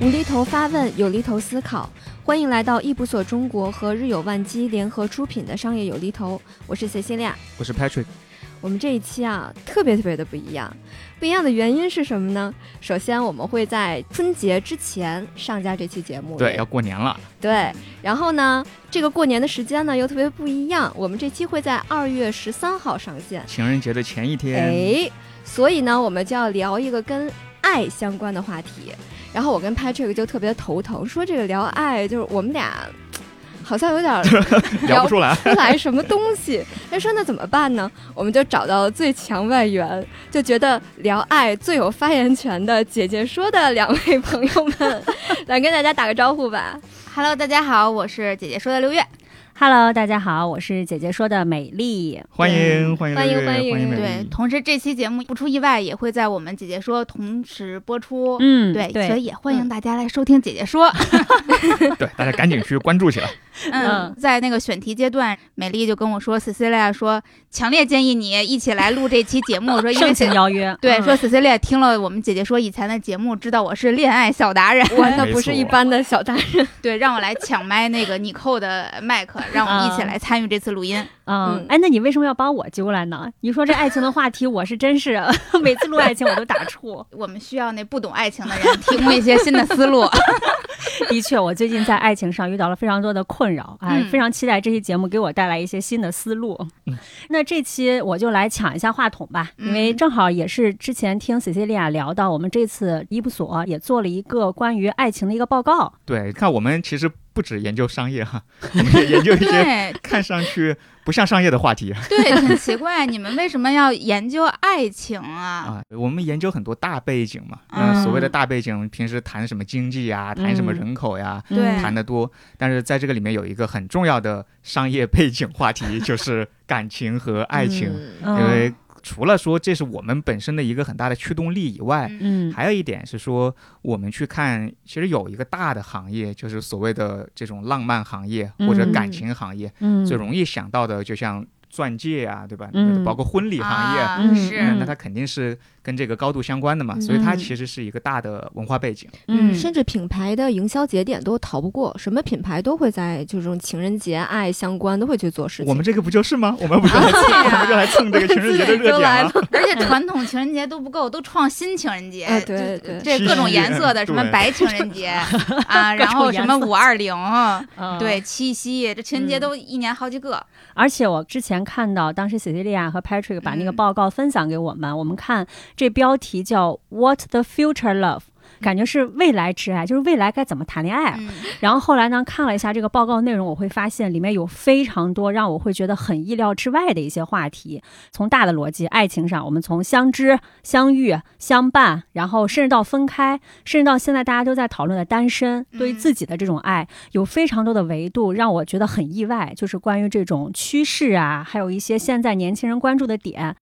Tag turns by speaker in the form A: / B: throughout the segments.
A: 无厘头发问，有厘头思考。欢迎来到易普所中国和日有万机联合出品的商业有厘头，我是 Cecilia。
B: 我是 Patrick，
A: 我们这一期啊，特别特别的不一样。不一样的原因是什么呢？首先，我们会在春节之前上架这期节目。
B: 对，要过年了，
A: 对，然后呢，这个过年的时间呢又特别不一样，我们这期会在二月十三号上线。
B: 情人节的前一天，
A: 哎，所以呢，我们就要聊一个跟爱相关的话题。然后我跟 Patrick 就特别头疼，说这个聊爱就是我们俩好像有点儿
B: 聊不出来，
A: 出来什么东西。他说那怎么办呢？我们就找到了最强外援，就觉得聊爱最有发言权的姐姐说的两位朋友们，来跟大家打个招呼吧。
C: Hello，大家好，我是姐姐说的六月。
D: Hello，大家好，我是姐姐说的美丽。
B: 欢迎欢迎
A: 欢迎
B: 六月
A: 欢
B: 欢
A: 迎
D: 嗯
B: 美
C: 对，
B: 丽，
C: 同时这期节目不出意外也会在我们姐姐说同时播出。
D: 嗯，
C: 哦对，
D: 对，
C: 所以也欢迎大家来收听姐姐 说。
B: 对，大家赶紧去关注起来。
C: 嗯，在那个选题阶段，美丽就跟我说，Cecilia 说强烈建议你一起来录这期节目，说因 为
D: 盛情邀 约。
C: 对，
D: 嗯
C: 说 Cecilia 听了我们姐姐说以前的节目，知道我是恋爱小达人，
A: 我那
B: 没
A: 不是一
B: 错
A: 般的小大人，
C: 对，让我来抢麦那个你扣的麦克，让我们一起来参与这次录音。
D: 嗯
A: 嗯，
D: 哎，那你为什么要把我揪来呢？你说这爱情的话题，我是真是 每次录爱情我都打 怵。
C: 我们需要那不懂爱情的人提供一些新的思 路。
D: 的确，我最近在爱情上遇到了非常多的困扰，哎，
C: 嗯
D: 非常期待这期节目给我带来一些新的思路。
B: 嗯
D: 那这期我就来抢一下话筒吧，
C: 嗯
D: 因为正好也是之前听 Cecilia 聊到，我们这次伊布所也做了一个关于爱情的一个报告。
B: 对，看我们其实不只研究商业哈， 我们也研究一些
C: 对，
B: 看上去不像商业的话题啊
C: 对，很 奇怪，你们为什么要研究爱情啊？
B: 啊。我们研究很多大背景嘛，
C: 嗯
B: 那所谓的大背景，平时谈什么经济呀，谈什么人口呀，
C: 对
D: 嗯
B: 谈得多。但是在这个里面有一个很重要的商业背景话题，就是感情和爱情，
A: 嗯
D: 嗯
B: 因为除了说这是我们本身的一个很大的驱动力以外，
D: 嗯，
B: 还有一点是说，我们去看，其实有一个大的行业，就是所谓的这种浪漫行业或者感情行业，
D: 嗯
B: 最容易想到的就像钻戒啊，对吧？
D: 嗯
B: 包括婚礼行业。
C: 啊
D: 嗯
B: 那
C: 是
D: 嗯
B: 那它肯定是跟这个高度相关的嘛，所以它其实是一个大的文化背景。
D: 嗯
A: 甚至品牌的营销节点都逃不过，什么品牌都会在就这种情人节爱相关都会去做事情。
B: 我们这个不就是吗？我们不就来蹭，
C: 啊
B: 我们就来 蹭这个情人节的 热
A: 就来
B: 点啊
A: 了
B: 吗？
C: 而且传统情人节都不够，都创新情人节，
A: 哎对
C: 就
A: 对
C: 这各种颜色的，
B: 七夕
C: 什么白情 人节啊，然后什么
D: 各种颜色
C: 五二零，
D: 嗯
C: 对，七夕，这情人节都一年好几个，
D: 而且我之前看到，当时 Cecilia 和 Patrick 把那个
C: 嗯
D: 报告分享给我们，我们看这标题叫 “What the Future Love”。感觉是未来之爱，就是未来该怎么谈恋爱。啊
C: 嗯，
D: 然后后来呢，看了一下这个报告内容，我会发现里面有非常多让我会觉得很意料之外的一些话题。从大的逻辑爱情上，我们从相知、相遇、啊相伴，然后甚至到分开，甚至到现在大家都在讨论的单身，
C: 嗯
D: 对于自己的这种爱，有非常多的维度，让我觉得很意外。就是关于这种趋势啊，还有一些现在年轻人关注的点。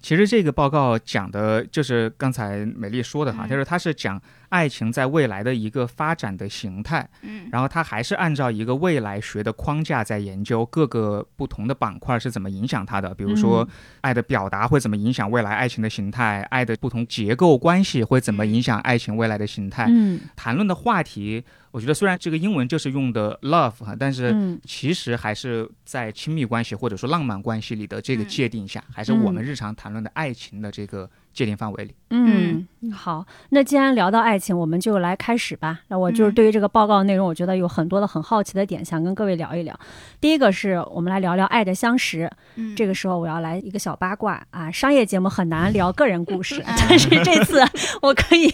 B: 其实这个报告讲的就是刚才美丽说的哈，
C: 嗯
B: 就是它是讲爱情在未来的一个发展的形态。
C: 嗯
B: 然后它还是按照一个未来学的框架在研究各个不同的板块是怎么影响它的，比如说
D: 嗯
B: 爱的表达会怎么影响未来爱情的形态，爱的不同结构关系会怎么影响爱情未来的形态。
D: 嗯
B: 谈论的话题，我觉得虽然这个英文就是用的 love 哈，但是
D: 嗯
B: 其实还是在亲密关系或者说浪漫关系里的这个
C: 嗯
B: 界定下，还是我们
D: 嗯
B: 日常谈论的爱情的这个界定范围里。
D: 嗯，好，那既然聊到爱情，我们就来开始吧。那我就是
C: 嗯
D: 对于这个报告内容，我觉得有很多的很好奇的点，想跟各位聊一聊。第一个是我们来聊聊爱的相识。
C: 嗯
D: 这个时候我要来一个小八卦啊，商业节目很难聊个人 故事
C: 嗯，
D: 但是这次我可以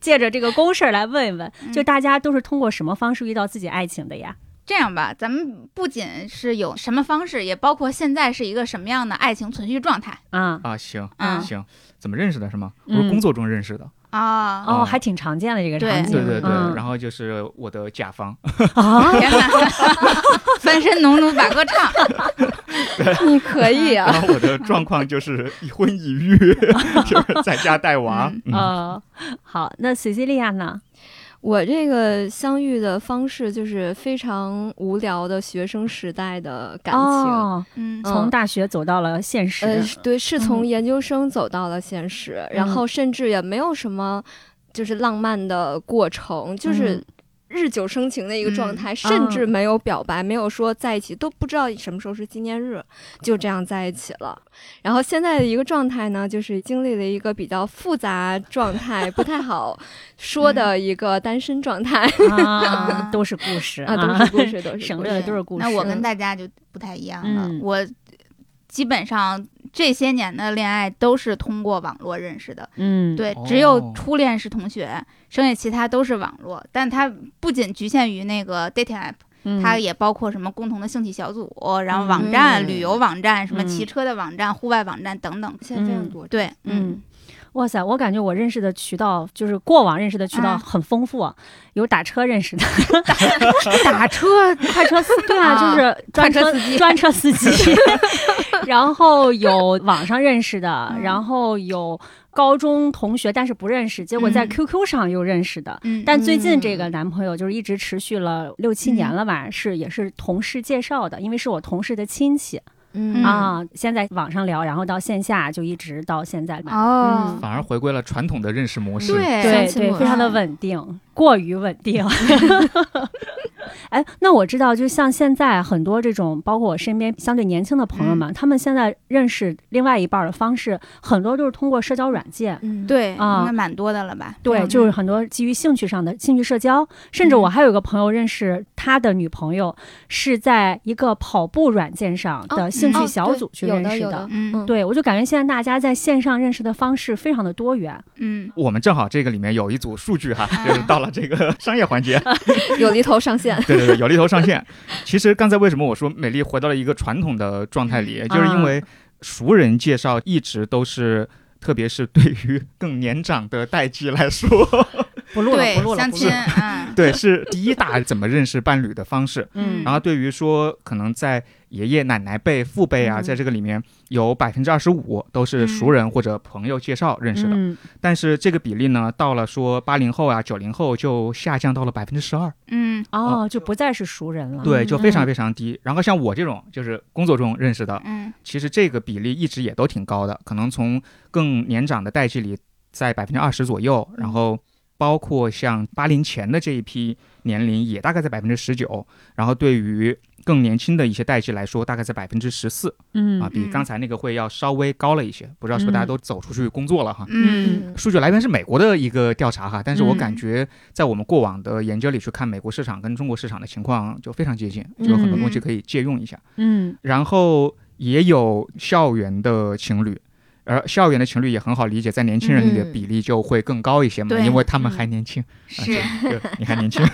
D: 借着这个公事儿来问一问，
A: 嗯
D: 就大家都是通过什么方式遇到自己爱情的呀？
C: 这样吧，咱们不仅是有什么方式，也包括现在是一个什么样的爱情存续状态
D: 啊，
B: 啊，行
C: 嗯
B: 行，怎么认识的是吗？我
D: 嗯
B: 是工作中认识的。
C: 啊。
D: 哦，
B: 哦
D: 还挺常见的这个
C: 对
D: 场景，
B: 对对对，
D: 嗯
B: 然后就是我的甲方，
D: 啊，
C: 天哪，翻身农奴把歌唱，
A: 你可以啊
B: 然，后我的状况就是已婚已育，就是在家带娃。嗯
D: 呃，好，那 Cecilia 呢？
A: 我这个相遇的方式就是非常无聊的学生时代的感情，
D: 哦
C: 嗯
A: 嗯
D: 从大学走到了现
A: 呃
D: 实，嗯
A: 呃，是对，是从研究生走到了现实，然后甚至也没有什么就是浪漫的过程，就是
D: 嗯
A: 日久生情的一个状态，
D: 嗯
A: 甚至没有表白，没有说在一起，都不知道什么时候是纪念日，就这样在一起了。然后现在的一个状态呢，就是经历了一个比较复杂状态，不太好说的一个单身状 态
D: 啊， 都是故事
A: 啊，都是故事， 都是
D: 省
A: 故
D: 略
A: 事。
D: 的都是故事。
C: 那我跟大家就不太一样了，
D: 嗯
C: 我基本上这些年的恋爱都是通过网络认识的，
D: 嗯，
C: 对
B: 哦，
C: 只有初恋是同学，剩下其他都是网络。但它不仅局限于那个 dating app，、
D: 嗯，
C: 它也包括什么共同的兴趣小组，然后
D: 嗯
C: 网站、
A: 嗯
C: 旅游网站、什么
D: 嗯
C: 骑车的网站、户外网站等等。
A: 现在非常多，
C: 对，
D: 嗯，哇塞，我感觉我认识的渠道就是过往认识的渠道
C: 嗯
D: 很丰富，啊有打车认识的，
C: 打车
D: 快车司对啊，
C: 啊
D: 就是
C: 快
D: 专
C: 车
D: 车
C: 司机
D: 专车司机，然后有网上认识的，
C: 嗯
D: 然后有高中同学，但是不认识，结果在
C: 嗯
D: QQ 上又认识的。
C: 嗯，
D: 但最近这个男朋友就是一直持续了六七年了吧，是也是同事介绍的，因为是我同事的亲戚、
A: 嗯
D: 啊。先在网上聊，然后到线下就一直到现在吧。
C: 哦，
B: 反而回归了传统的认识模式。
C: 对
D: 嗯对
A: 相亲
D: 对，
A: 模
D: 非常的
C: 式
D: 稳定，过于稳定。 哎，那我知道，就像现在很多这种，包括我身边相对年轻的朋友们，
A: 嗯
D: 他们现在认识另外一半儿的方式，很多都是通过社交软件。
A: 嗯，
C: 对，
D: 啊
C: 应该蛮多的了吧？
D: 对，
C: 嗯
D: 就是很多基于兴趣上的兴趣社交，
A: 嗯
D: 甚至我还有一个朋友认识他的女朋友是在一个跑步软件上
A: 哦
D: 的兴趣
A: 哦
D: 小
A: 对
D: 组去
A: 有
D: 认
A: 的
D: 识
A: 有的
C: 嗯
A: 嗯
D: 对，我就感觉现在大家在线上认识的方式非常的多元。
C: 嗯，
B: 我们正好这个里面有一组数据哈，
C: 啊
B: 就是到了这个商业环节，
A: 有
D: 嗯
A: 离头上线，
B: 对对对，有了一头上线。其实刚才为什么我说美丽回到了一个传统的状态
D: 嗯
B: 里，就是因为熟人介绍一直都是，特别是对于更年长的代际来 说，
D: 不录了，不
C: 对，
D: 录了，
C: 相
D: 不
C: 亲
D: 录了。，
C: 嗯
B: 对，是第一大怎么认识伴侣的方式。
D: 嗯，
B: 然后对于说可能在爷爷奶奶辈、父辈啊，
D: 嗯
B: 在这个里面有百分之二十五都是熟人或者朋友介绍认识的，
D: 嗯
B: 但是这个比例呢，到了说八零后啊、九零后就下降到了百分之十二，
C: 嗯
D: 哦，就不再是熟人了。
B: 对，就非常
D: 嗯
B: 非常低。然后像我这种就是工作中认识的，
C: 嗯
B: 其实这个比例一直也都挺高的，可能从更年长的代际里在百分之二十左右，然后包括像八零前的这一批年龄也大概在百分之十九，然后对于更年轻的一些代际来说，大概在百分之十四啊，
D: 嗯
B: 比刚才那个会要稍微高了一些。不知道是不是大家都走出去工作了哈？
C: 嗯
B: 数据来源是美国的一个调查哈，但是我
D: 嗯
B: 感觉在我们过往的研究里去看美国市场跟中国市场的情况就非常接近，就有很多东西可以借用一下。
D: 嗯
B: 然后也有校园的情侣，而校园的情侣也很好理解，在年轻人里的
A: 嗯
B: 比例就会更高一些嘛，
C: 对
B: 因为他们
D: 嗯
B: 还年轻，啊
C: 是，
B: 对，对你还年轻，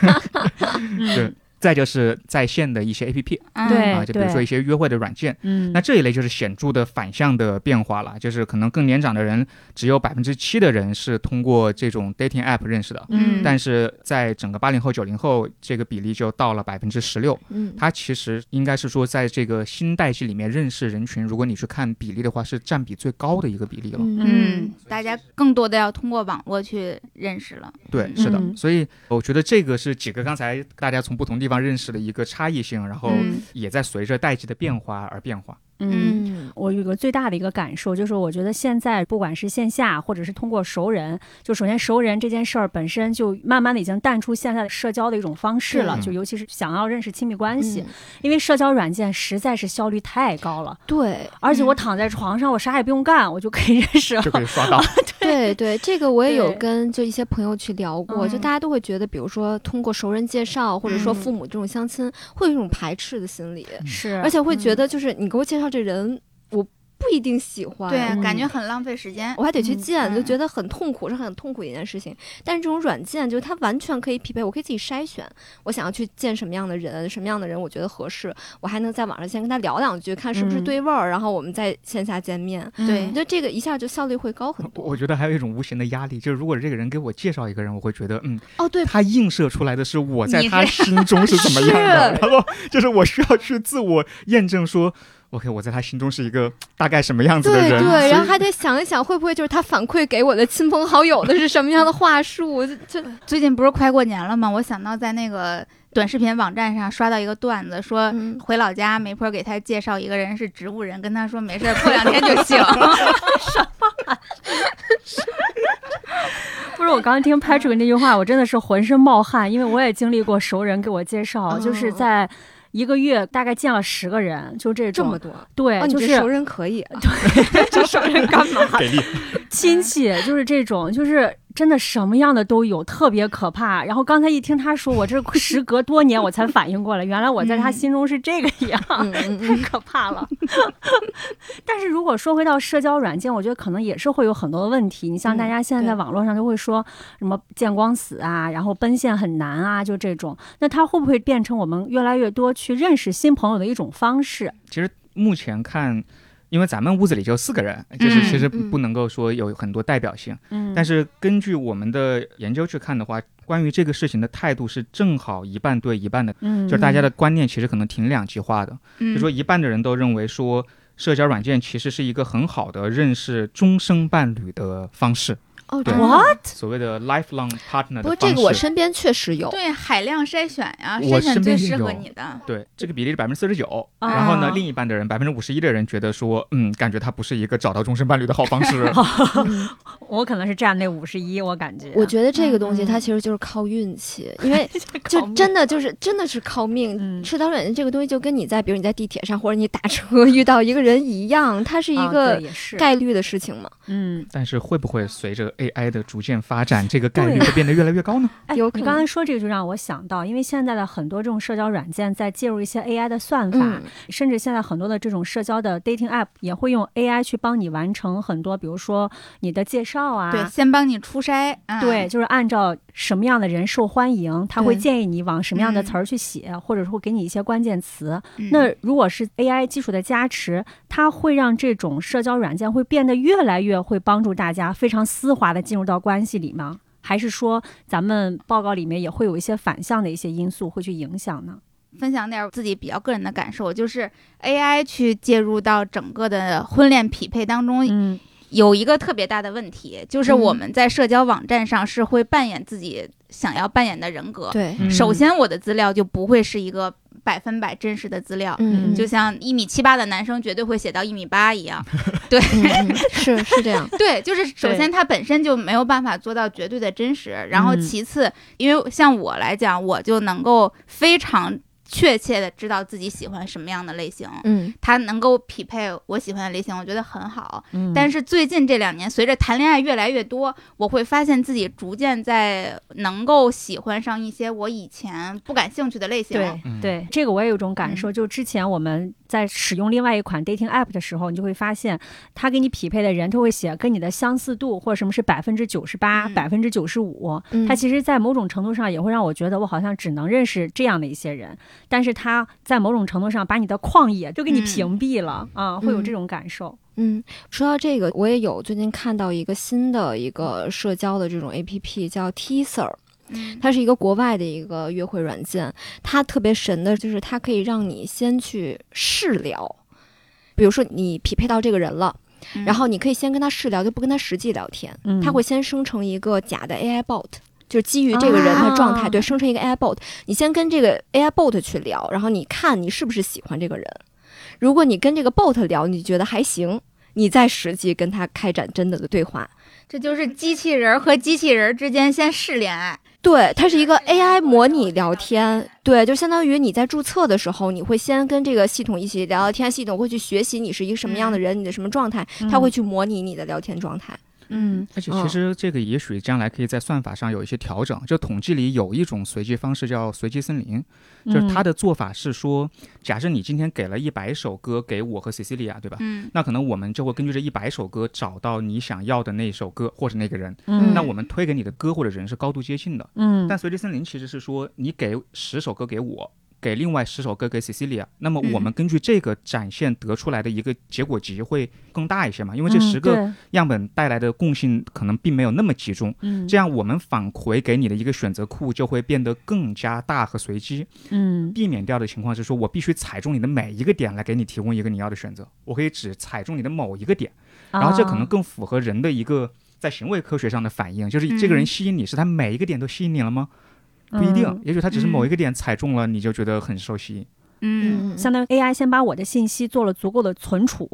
D: 嗯
B: 对。再就是在线的一些 A P P
C: 嗯
D: 对
B: 啊，就比如说一些约会的软件，
D: 嗯，
B: 那这一类就是显著的反向的变化了，就是可能更年长的人，只有百分之七的人是通过这种 dating app 认识的，
D: 嗯
B: 但是在整个八零后、九零后，这个比例就到了百分之十六。
A: 嗯，
B: 它其实应该是说，在这个新代际里面认识人群，如果你去看比例的话，是占比最高的一个比例了。
C: 嗯，大家更多的要通过网络去认识了。
B: 对，是的。
D: 嗯
B: 所以我觉得这个是几个刚才大家从不同地方认识的一个差异性，然后
C: 嗯
B: 也在随着代际的变化而变化。
D: 嗯。
A: 嗯
D: 我有个最大的一个感受，就是我觉得现在不管是线下，或者是通过熟人，就首先熟人这件事儿本身就慢慢的已经淡出现在的社交的一种方式了，
B: 对
D: 就尤其是想要认识亲密关系，
A: 嗯
D: 因为社交软件实在是效率太高了，
A: 对
D: 而且我
C: 嗯
D: 躺在床上，我啥也不用干，我就可以认识了
B: 就。可以刷 到，
A: 对对，这个我也有
D: 对
A: 跟就一些朋友去聊过，就
D: 嗯
A: 大家都会觉得，比如说通过熟人介绍，或者说父母这种相亲，会有一种排斥的心理，
D: 是，
A: 而且会觉得就是你给我介绍这人，我不一定喜欢。
C: 对，
D: 嗯
C: 感觉很浪费时间。
A: 我还得去
D: 嗯
A: 见，就
C: 嗯
A: 觉得很痛苦，是很痛苦的一件事情。但是这种软件，就是它完全可以匹配，我可以自己筛选，我想要去见什么样的人，什么样的人我觉得合适，我还能在网上先跟他聊两句，看是不是
D: 嗯
A: 对味儿，然后我们在线下见面。
C: 对
A: 我觉得这个一下就效率会高很多。
B: 我觉得还有一种无形的压力，就是如果这个人给我介绍一个人，我会觉得，嗯，
A: 哦， 对，
B: 他映射出来的是我在
C: 你
B: 他心中是怎么样的，然后就是我需要去自我验证说，OK，我在他心中是一个大概什么样子的
A: 对
B: 人，
A: 对，然后
B: 所以
A: 还得想一想，会不会就是他反馈给我的亲朋好友的是什么样的话 术？就就
C: 最近不是快过年了吗？我想到在那个短视频网站上刷到一个段子，说
A: 嗯
C: 回老家媒婆给他介绍一个人是植物人，跟他说没事 儿，过两天就行。
D: 不是我刚听 Patrick 那句话，我真的是浑身冒汗，因为我也经历过熟人给我介绍，
A: 哦
D: 就是在一个月大概见了十个人，就这
A: 这
D: 种。
A: 么多，
D: 对，
A: 哦，你
D: 就
A: 这
D: 是
A: 熟人可以、啊， 对，这熟人干嘛？
E: 给力，
A: 嗯
D: 亲戚，就是这种，就是真的什么样的都有，特别可怕。然后刚才一听他说，我这 时隔多年我才反应过来，原来我在他心中是这个样。
A: 嗯嗯
D: 太
A: 嗯，
D: 可怕了。 但是如果说回到社交软件，我觉得可能也是会有很多的问题。你像
A: 嗯
D: 大家现在在
A: 对
D: 网络上就会说什么见光死啊，然后奔现很难啊，就这种。那它会不会变成我们越来越多去认识新朋友的一种方式？
B: 其实目前看，因为咱们屋子里就四个人，就是其实
A: 嗯
B: 不能够说有很多代表性。
D: 嗯
B: 但是根据我们的研究去看的话，关于这个事情的态度是正好一半对一半的，
D: 嗯，
B: 就是大家的观念其实可能挺两极化的。
C: 嗯
B: 就说一半的人都认为说，社交软件其实是一个很好的认识终生伴侣的方式，
A: 哦，
B: 对
A: 真的
D: what
B: 所谓的 lifelong partner 的方式。
A: 不过这个我身边确实有，
C: 对海量筛选呀，
B: 我
C: 筛选
B: 身
C: 最
B: 边也
C: 适合
B: 有
C: 你的。
B: 对这个比例是百分之四十九，
D: 啊
B: 然后呢，另一半的人百分之五十一的人觉得说，嗯，感觉它不是一个找到终身伴侣的好方式。
A: 嗯
D: 我可能是占那五十一，我感觉。
A: 我觉得这个东西
D: 嗯
A: 它其实就是靠运气，因为 就
D: 靠命
A: 真的就是真的是靠
D: 嗯
A: 命。社交软件这个东西就跟你在比如你在地铁上或者你打车遇到一个人一样，它是一
D: 啊
A: 个
D: 对也是
A: 概率的事情嘛。
D: 嗯。
B: 但是会不会随着 AI 的逐渐发展，这个概率
D: 对
B: 会变得越来越高呢？
D: 哎，
A: 有可
D: 你
A: 能
D: 刚才说这个就让我想到，因为现在的很多这种社交软件在介入一些 AI 的算法，
A: 嗯，
D: 甚至现在很多的这种社交的 dating app 也会用 AI 去帮你完成很多，比如说你的介绍啊，
C: 对，先帮你初筛。嗯、
D: 对，就是按照什么样的人受欢迎，他会
A: 对
D: 建议你往什么样的
C: 嗯
D: 词儿去写，或者说给你一些关键词。
C: 嗯，
D: 那如果是 AI 技术的加持，它会让这种社交软件会变得越来越会帮助大家非常丝滑的进入到关系里吗？还是说咱们报告里面也会有一些反向的一些因素会去影响呢？
C: 分享点儿自己比较个人的感受，就是 AI 去介入到整个的婚恋匹配当中，
D: 嗯，
C: 有一个特别大的问题，就是我们在社交网站上是会扮演自己想要扮演的人格。
A: 对，
D: 嗯
C: 首先，我的资料就不会是一个百分百真实的资料。
A: 嗯，
C: 就像一米七八的男生绝对会写到一米八一样，对
A: 嗯 嗯是是这样，
C: 对，就是首先它本身就没有办法做到绝对的真实，然后
D: 嗯
C: 其次，因为像我来讲，我就能够非常确切的知道自己喜欢什么样的类型，
A: 嗯
C: 它能够匹配我喜欢的类型，我觉得很好。
D: 嗯
C: 但是最近这两年，随着谈恋爱越来越多，我会发现自己逐渐在能够喜欢上一些我以前不感兴趣的类型。
D: 对
B: 嗯
D: 对，这个我也有一种感受，就之前我们在使用另外一款 dating app 的时候，你就会发现，它给你匹配的人，它会写跟你的相似度或者什么是百分之九十八、
C: 嗯
D: 百分之九十五。
A: 嗯，
D: 它其实，在某种程度上也会让我觉得，我好像只能认识这样的一些人，但是它在某种程度上把你的旷野就给你
C: 嗯
D: 屏蔽了、啊，会有这种感受。
A: 嗯，说到这个，我也有最近看到一个新的一个社交的这种 A P P 叫 Teaser，
C: 嗯，
A: 它是一个国外的一个约会软件，它特别神的就是它可以让你先去试聊，比如说你匹配到这个人了，
C: 嗯
A: 然后你可以先跟他试聊，就不跟他实际聊天，
D: 嗯
A: 它会先生成一个假的 AI bot。就是基于这个人的状态，
D: 啊
A: 对，生成一个 AI bot，你先跟这个 AI bot 去聊，然后你看你是不是喜欢这个人。如果你跟这个 bot 聊，你觉得还行，你再实际跟他开展真的的对话。
C: 这就是机器人儿和机器人儿之间先试恋爱。
A: 对，它是一个 AI 模拟聊天，对，就相当于你在注册的时候，你会先跟这个系统一起聊聊天，系统会去学习你是一个什么样的人，你的什么状态，
B: 嗯
A: 它会去模拟你的聊天状态。
D: 嗯
B: 而且其实这个也许将来可以在算法上有一些调整。就统计里有一种随机方式叫随机森林，就是它
D: 的
B: 的做法是说，假设你今天给了一百首歌给我和 Cecilia，对吧？
C: 嗯，
B: 那可能我们就会根据这一百首歌找到你想要的那首歌或者那个人。
D: 嗯
B: 那我们推给你的歌或者人是高度接近的。
D: 嗯
B: 但随机森林其实是说，你给十首歌给我，给另外十首歌给 Cecilia，那么
C: 嗯
B: 我们根据这个展现得出来的一个结果集会更大一些嘛？因为这十个
D: 嗯
B: 样本带来的共性可能并没有那么集中，
D: 对
B: 这样我们返回给你的一个选择库就会变得更加大和随机。
D: 嗯
B: 避免掉的情况是说，我必须踩中你的每一个点来给你提供一个你要的选择，我可以只踩中你的某一个点，
D: 嗯
B: 然后这可能
D: 啊
B: 更符合人的一个在行为科学上的反应，就是这个
C: 嗯
B: 人吸引你是他每一个点都吸引你了吗？不一定，
D: 嗯
B: 也许他只是某一个点踩中了，你就觉得很受吸引。
C: 嗯，
D: 相当于 AI 先把我的信息做了足够的存储，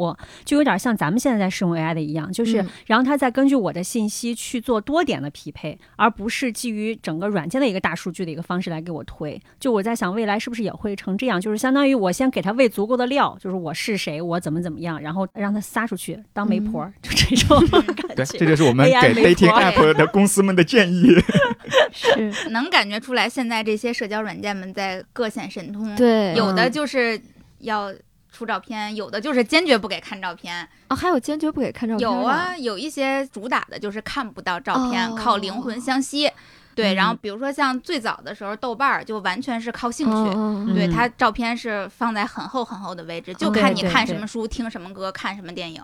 D: 就有点像咱们现在在使用 AI 的一样，就是
A: 嗯
D: 然后它再根据我的信息去做多点的匹配，而不是基于整个软件的一个大数据的一个方式来给我推。就我在想，未来是不是也会成这样？就是相当于我先给它喂足够的料，就是我是谁，我怎么怎么样，然后让它撒出去当媒婆，就这种
B: 对，
D: 感
B: 这
D: 觉。
B: 就是我们
D: AI
B: 给
D: 媒
B: dating
D: 婆
B: app 的公司们的建议。
A: 是，
C: 能感觉出来，现在这些社交软件们在各显神通。，
A: 对，
C: 有
D: 嗯
C: 的就是要出照片，有的就是坚决不给看照片。
A: 哦，还有坚决不给看照片，
C: 有，啊，有一些主打的就是看不到照片，
A: 哦
C: 靠灵魂相吸。对，
D: 嗯
C: 然后比如说像最早的时候，豆瓣儿就完全是靠兴趣。
A: 嗯嗯
C: 对
D: 嗯
C: 它照片是放在很厚很厚的位置，就
A: 哦
C: 看你
A: 对对
C: 看
A: 对
C: 什么书、听什么歌、看什么电影，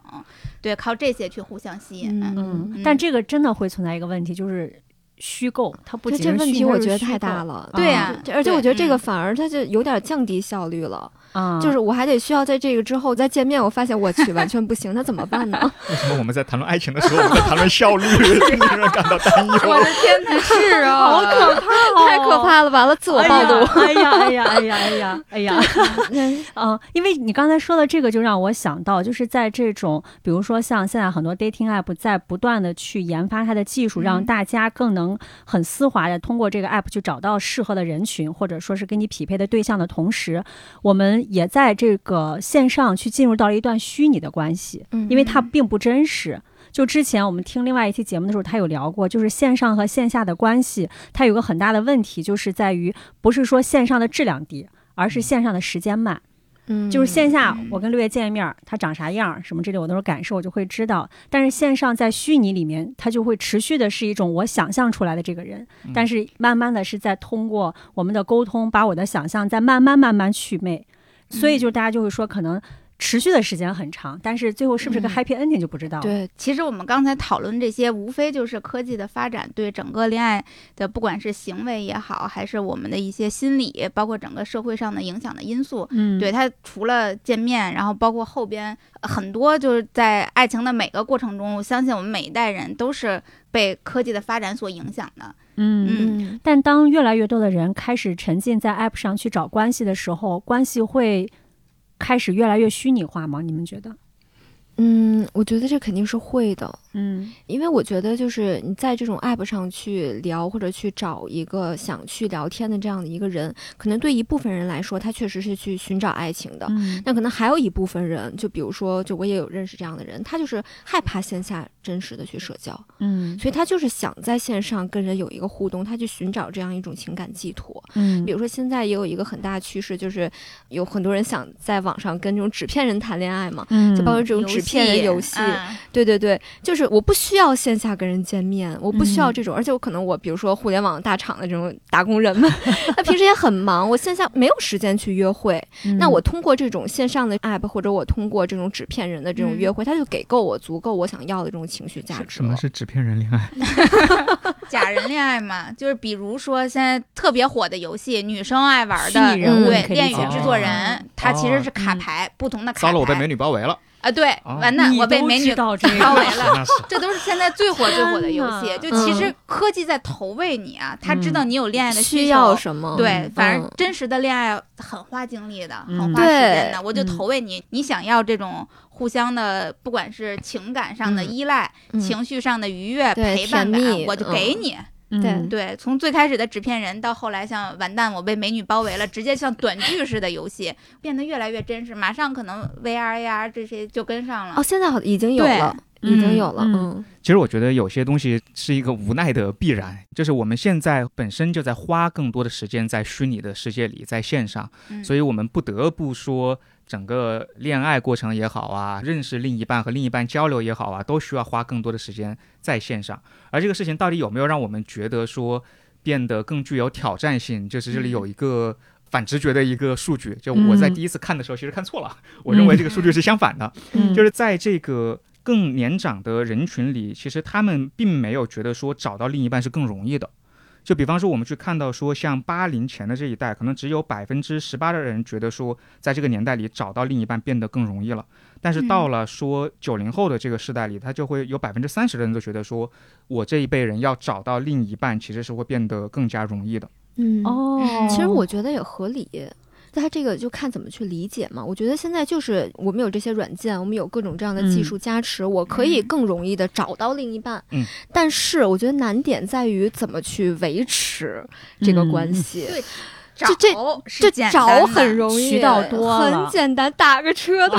C: 对，靠这些去互相吸引。
A: 嗯
D: 嗯
C: 嗯，
D: 但这个真的会存在一个问题，就是虚构，它不
A: 这
D: 仅
A: 这
D: 是
A: 问
D: 虚
A: 题
D: 拟
A: 我
D: 它是
A: 觉得
D: 虚
A: 太大
D: 构
A: 了。
C: 对呀
A: 这而且我
C: 对
A: 觉得这
C: 嗯
A: 个反而它就有点降低效率了，
D: 啊，
A: 就是我还得需要在这个之后再见面，我发现我去完全不行，那怎么办 呢？
B: 为什么我们在谈论爱情的时候，我们在谈论效率，令人感到担 忧？
C: 的天哪，是啊，好可怕！
A: 太可怕了，完了自我暴露。
D: 哦哎呀，哎呀，哎呀，哎呀，哎呀，
A: 嗯
D: 嗯，因为你刚才说的这个，就让我想到，就是在这种，比如说像现在很多 dating app 在不断的去研发它的技术，
C: 嗯
D: 让大家更能很丝滑的通过这个 app 去找到适合的人群，或者说是跟你匹配的对象的同时，我们也在这个线上去进入到了一段虚拟的关系。
A: 嗯
D: 因为它并不真实。就之前我们听另外一期节目的时候，他有聊过，就是线上和线下的关系，它有个很大的问题，就是在于不是说线上的质量低，而是线上的时间慢。
A: 嗯
D: 就是线下
C: 嗯
D: 我跟六月见一面，他长啥样，什么之类，我那种感受我就会知道。但是线上在虚拟里面，它就会持续的是一种我想象出来的这个人，
B: 嗯
D: 但是慢慢的是在通过我们的沟通，把我的想象再慢慢慢慢祛魅。所以就大家就会说，可能持续的时间很长，但是最后是不是个
A: 嗯
D: happy ending 就不知道了。
A: 对，
C: 其实我们刚才讨论这些，无非就是科技的发展对整个恋爱的，不管是行为也好，还是我们的一些心理，包括整个社会上的影响的因素。
D: 嗯，
C: 对它除了见面，然后包括后边呃很多就是在爱情的每个过程中，我相信我们每一代人都是被科技的发展所影响的。
D: 嗯。
A: 嗯，
D: 但当越来越多的人开始沉浸在 app 上去找关系的时候，关系会开始越来越虚拟化吗？你们觉得？
A: 嗯，我觉得这肯定是会的，
D: 嗯
A: 因为我觉得就是你在这种 app 上去聊或者去找一个想去聊天的这样的一个人，可能对一部分人来说，他确实是去寻找爱情的。
D: 嗯
A: 那可能还有一部分人，就比如说，就我也有认识这样的人，他就是害怕线下真实的去社交，
D: 嗯
A: 所以他就是想在线上跟人有一个互动，他去寻找这样一种情感寄托。
D: 嗯
A: 比如说，现在也有一个很大的趋势，就是有很多人想在网上跟这种纸片人谈恋爱嘛，
D: 嗯
A: 就包括这种
C: 游
A: 纸片人
C: 戏
A: 游戏。
C: 嗯
A: 对对对，就是我不需要线下跟人见面，我不需要
D: 嗯
A: 这种，而且我可能我比如说互联网大厂的这种 打工人们，他平时也很忙，我线下没有时间去约会，
D: 嗯
A: 那我通过这种线上的 app 或者我通过这种纸片人的这种
C: 嗯
A: 约会，他就给够我足够我想要的这种情绪价值
B: 什
A: 了
B: 么。是纸片人恋爱？
C: 假人恋爱嘛，就是比如说现在特别火的游戏，女生爱玩
D: 虚
C: 的，
D: 拟人
A: 物
C: 对
D: 可以
C: 恋
D: 理
C: 与
B: 解
C: 制作
A: 哦嗯
C: 人，它其实是卡牌，不同的卡
B: 糟
C: 牌。
B: 了，我被美女包围了。
C: 啊，对，
B: 哦
C: 完蛋，我被美女
D: 到这
C: 包围
D: 个，
C: 了。
B: 那是
C: 这都是现在最火最火的游戏，就
A: 天哪嗯
C: 其实科技在投喂你啊，他知道你有恋爱的
A: 需
C: 求
A: 要什么？
C: 对
A: 嗯，
C: 反正真实的恋爱很花精力的，
D: 嗯
C: 很花时间的。
A: 对
C: 我就投喂你，你想要这种互相的，不管是情感上的
A: 嗯
C: 依赖、
A: 嗯
C: 情绪上的愉悦、
A: 对
C: 陪伴感
A: 甜蜜，嗯
C: 我就给你。
A: 对
D: 嗯
C: 对，从最开始的纸片人，到后来像完蛋，我被美女包围了，直接像短剧似的游戏，变得越来越真实。马上可能 VR、AR 这些就跟上了
A: 哦，。现在好已经有
C: 对
A: 了，已经
D: 嗯
A: 有了，
D: 嗯
A: 嗯
B: 其实我觉得有些东西是一个无奈的必然，就是我们现在本身就在花更多的时间在虚拟的世界里，在线上，
C: 嗯
B: 所以我们不得不说，整个恋爱过程也好啊，认识另一半和另一半交流也好啊，都需要花更多的时间在线上。而这个事情到底有没有让我们觉得说变得更具有挑战性？就是这里有一个。反直觉的一个数据，就我在
D: 嗯
B: 第一次看的时候，其实看错了，我认为这个数据是相反的。
D: 嗯
B: 就是在这个更年长的人群里，其实他们并没有觉得说找到另一半是更容易的。就比方说，我们去看到说，像八零前的这一代，可能只有百分之十八的人觉得说，在这个年代里找到另一半变得更容易了。但是到了说九零后的这个时代里，他就会有百分之三十的人都觉得说，我这一辈人要找到另一半其实是会变得更加容易的。
A: 嗯。
D: 哦，
A: 其实我觉得也合理，但它这个就看怎么去理解嘛。我觉得现在就是我们有这些软件，我们有各种这样的技术加持，我可以更容易的找到另一半。
B: 嗯，
A: 但是我觉得难点在于怎么去维持这个关系。
C: 嗯嗯
A: 这这
C: 找是
A: 这
C: 简
A: 找
C: 单的
A: 很容易，
D: 渠道多了
A: 很简单，打个车都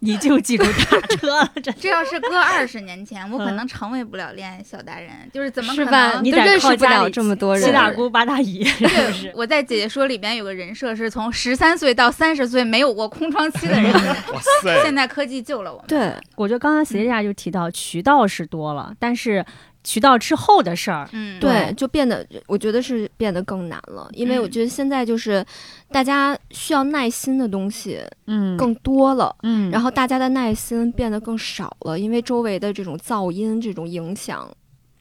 D: 你就记住打车了，真
C: 这要是搁二十年前，我可能成为不了恋爱小达人，就是怎么
A: 是
C: 可
A: 吧？
C: 能？
D: 你
A: 都
D: 得
A: 认识
D: 靠
A: 不
D: 家
A: 了
D: 里
A: 这么多人。
D: 七大姑八大姨，是不是？
C: 我在《姐姐说》里边有个人设是从十三岁到三十岁没有过空窗期的人，
B: 哇
C: 现
B: 塞，
C: 在科技救了我们。
A: 对，
D: 我觉得刚刚斜下就提到渠道是多了，但是渠道之后的事儿，
C: 嗯，
A: 对，就变得，我觉得是变得更难了，因为我
C: 嗯
A: 觉得现在就是大家需要耐心的东西
D: 嗯
A: 更多了，
D: 嗯，
A: 然
D: 后
A: 后大家的耐心变得更少了，因为周围的这种噪音、这种影响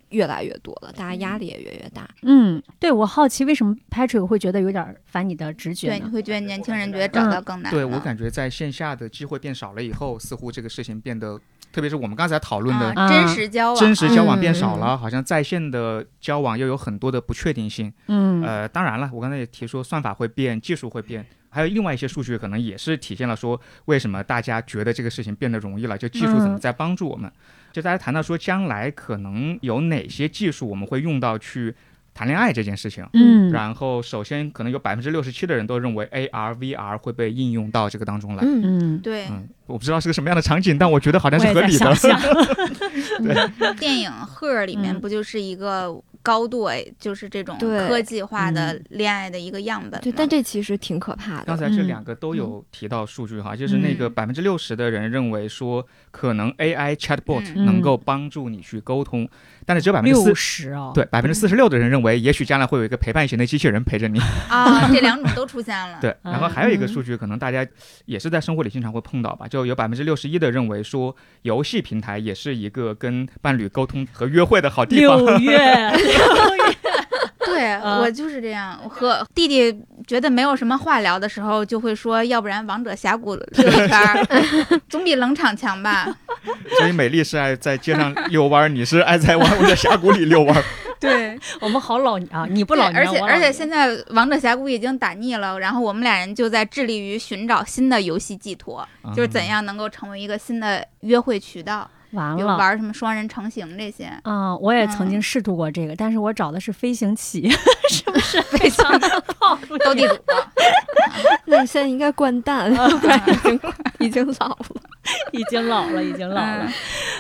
A: 越来越多了，大家压力也越来越大。
D: 嗯，对我好奇为什么 Patrick 会觉得有点反你的直觉
C: 对，你
D: 呢？
C: 会觉得年轻人觉得找到更难了。
B: 对我感觉在线下的机会变少了以后，似乎这个事情变得，特别是我们刚才讨论的
C: 啊，真实交往，
B: 真实交往
A: 嗯
B: 变少了，好像在线的交往又有很多的不确定性。
D: 嗯
B: 呃，当然了，我刚才也提说，算法会变，技术会变，还有另外一些数据，可能也是体现了说为什么大家觉得这个事情变得容易了，就技术怎么
D: 嗯
B: 在帮助我们。就大家谈到说，将来可能有哪些技术我们会用到去谈恋爱这件事情。
D: 嗯，
B: 然后，首先可能有百分之六十七的人都认为 AR、VR 会被应用到这个当中来。
A: 嗯，
D: 嗯，
C: 对
B: 嗯，我不知道是个什么样的场景，但我觉得好像是
D: 我也
B: 合
D: 在
B: 理的
D: 想。象
C: 电影《赫》里面
D: 嗯
C: 不就是一个高度哎，就是这种
A: 对
C: 科技化的恋爱的一个样本
A: 对，
C: 吗
A: 但这其实挺可怕
B: 刚
A: 的。
B: 才这
D: 嗯
B: 两个都有提到数据哈，就是那个
C: 嗯
B: 百分之六十的人认为说，可能 AI chatbot
D: 嗯
B: 能够帮助你去沟通，但是只有百分之
D: 六
B: 四。
D: 十哦，
B: 对，百分之四十六的人认为，也许将来会有一个陪伴型的机器人陪着 你。
C: 啊，这两种都出现了。，
D: 啊
B: 对，然后还有
D: 嗯
B: 一个数据，可能大家也是在生活里经常会碰到吧，就有百分之六十一的认为说，游戏平台也是一个跟伴侣沟通和约会的好地方。
D: 六月，
C: 对
D: 啊
C: 我就是这样。我和弟弟觉得没有什么话聊的时候，就会说，要不然王者峡 谷溜一圈儿，总比冷场强吧？
B: 所以美丽是爱在街上遛弯儿，你是爱在弯我的峡谷里遛 弯儿。
C: 对，
D: 我们好老啊，你不老年，
C: 而且
D: 我
C: 而
D: 老
C: 且
D: 年
C: 现在王者峡谷已经打腻了，然后我们俩人就在致力于寻找新的游戏寄托，
B: 啊
D: 嗯
C: 就是怎样能够成为一个新的约会渠道，
D: 完
C: 比如
D: 了。
C: 玩什嗯么双人成行这些。
D: 啊、我也曾经试图过这个，但是我找的是飞 行棋，是不是非 常的暴露
C: 斗 地主，
A: 那你现在应该掼蛋，已经已经老了。
D: 已经老了，已经老了。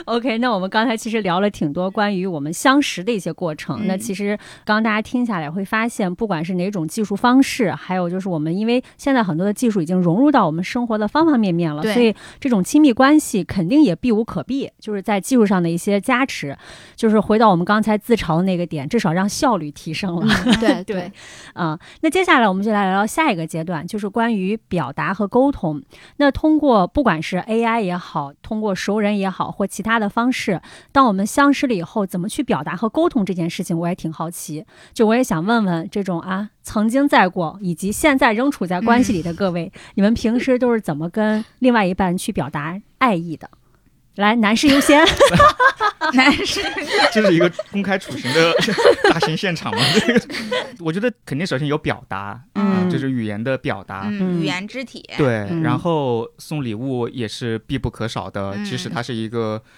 D: OK，那我 们刚才其实聊了挺多关于我们相识的一些过程。
C: 嗯
D: 那其实刚刚大家听下来会发现，不管是哪种技术方式，还有就是我们因为现在很多的技术已经融入到我们生活的方方面面了，
C: 对
D: 所以这种亲密关系肯定也避无可避，就是在技术上的一些加持。就是回到我们刚才自嘲的那个点，至少让效率提升
C: 嗯
D: 了。
A: 对
D: 对，啊、那接下来我们就来聊聊下一个阶段，就是关于表达和沟通。那通过不管是 AI 也好，通过熟人也好，或其他的方式，当我们相识了以后，怎么去表达和沟通这件事情，我也挺好奇。就我也想问问这种啊，曾经在过以及现在仍处在关系里的各位，你们平时都是怎么跟另外一半去表达爱意的？来，男士优先。
C: 男 士
B: 这是一个公开处刑的 大型现场嘛？这个， 我觉得肯定首先有表达，
D: 嗯
B: 啊就是语言的表达。
C: 嗯，语言肢体，
B: 对，
D: 嗯
B: 然后送礼物也是必不可少的，即使它是一个。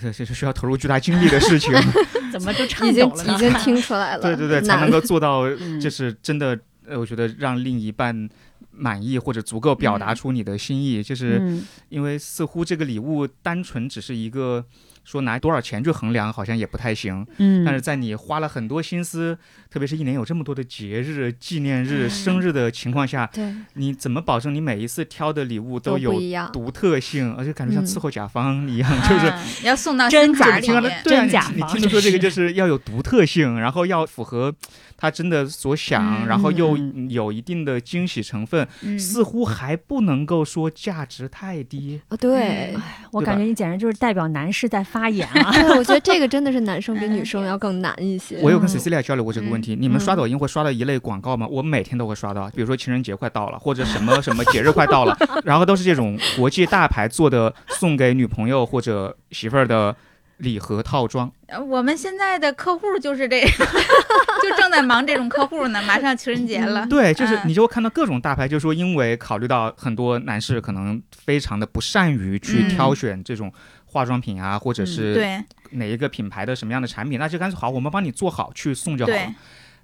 B: 这是需要投入巨大精力的 事情，
D: 怎么就颤
A: 已经
D: 抖了呢？
A: 已经听出来了。
B: 对对对，才能
A: 难
B: 够做到，
D: 嗯
B: 就是真的，呃，我觉得让另一半满意或者足够表达出你的心意，就是
D: 嗯
B: 因为似乎这个礼物单纯只是一个说拿多少钱去衡量，好像也不太行。
D: 嗯，
B: 但是在你花了很多心思，特别是一年有这么多的节日、纪念日、
C: 嗯
B: 生日的情况下，
A: 对
B: 你怎么保证你每一次挑的礼物
A: 都
B: 有
A: 不一样。
B: 独特性，而且感觉像
A: 嗯
B: 伺候甲方一样，就是。
C: 嗯要送到
D: 真
C: 心坎
D: 假
C: 儿
B: 你听到的
C: 里 面。
B: 对啊，
D: 真
B: 你
D: 假
B: 你
D: 房
B: 听得说这个
D: 真
B: 就是要有独特性，然后要符合他真的所想，
C: 嗯
B: 然后又
D: 嗯
B: 有一定的惊喜成分，
C: 嗯
B: 似乎还不能够说价值太低。
A: 哦，对
C: 嗯，
D: 我
B: 对吧
D: 感觉你简直就是代表男士在发言啊！
A: 对，我觉得这个真的是男生比女生要更难一些。
B: 我有跟
D: 嗯
B: Cecilia 交流过这个问题，你们刷
C: 嗯
B: 抖音会刷到一类广告吗？我每天都会刷到，比如说情人节快到了，或者什么什么节日快 到了，然后都是这种国际大牌做的送给女朋友或者媳妇儿的。礼盒套装。
C: 呃我们现在的客户就是这个， 就正在忙这种客户呢。马上情人节了，
B: 对，就是
C: 嗯
B: 你就会看到各种大牌，就是说因为考虑到很多男士可能非常的不善于去
C: 嗯
B: 挑选这种化妆品啊，或者
D: 嗯
B: 是
C: 对
B: 哪一个品牌的什么样的产品，那就干脆好，我们帮你做好去送就好了
C: 对。，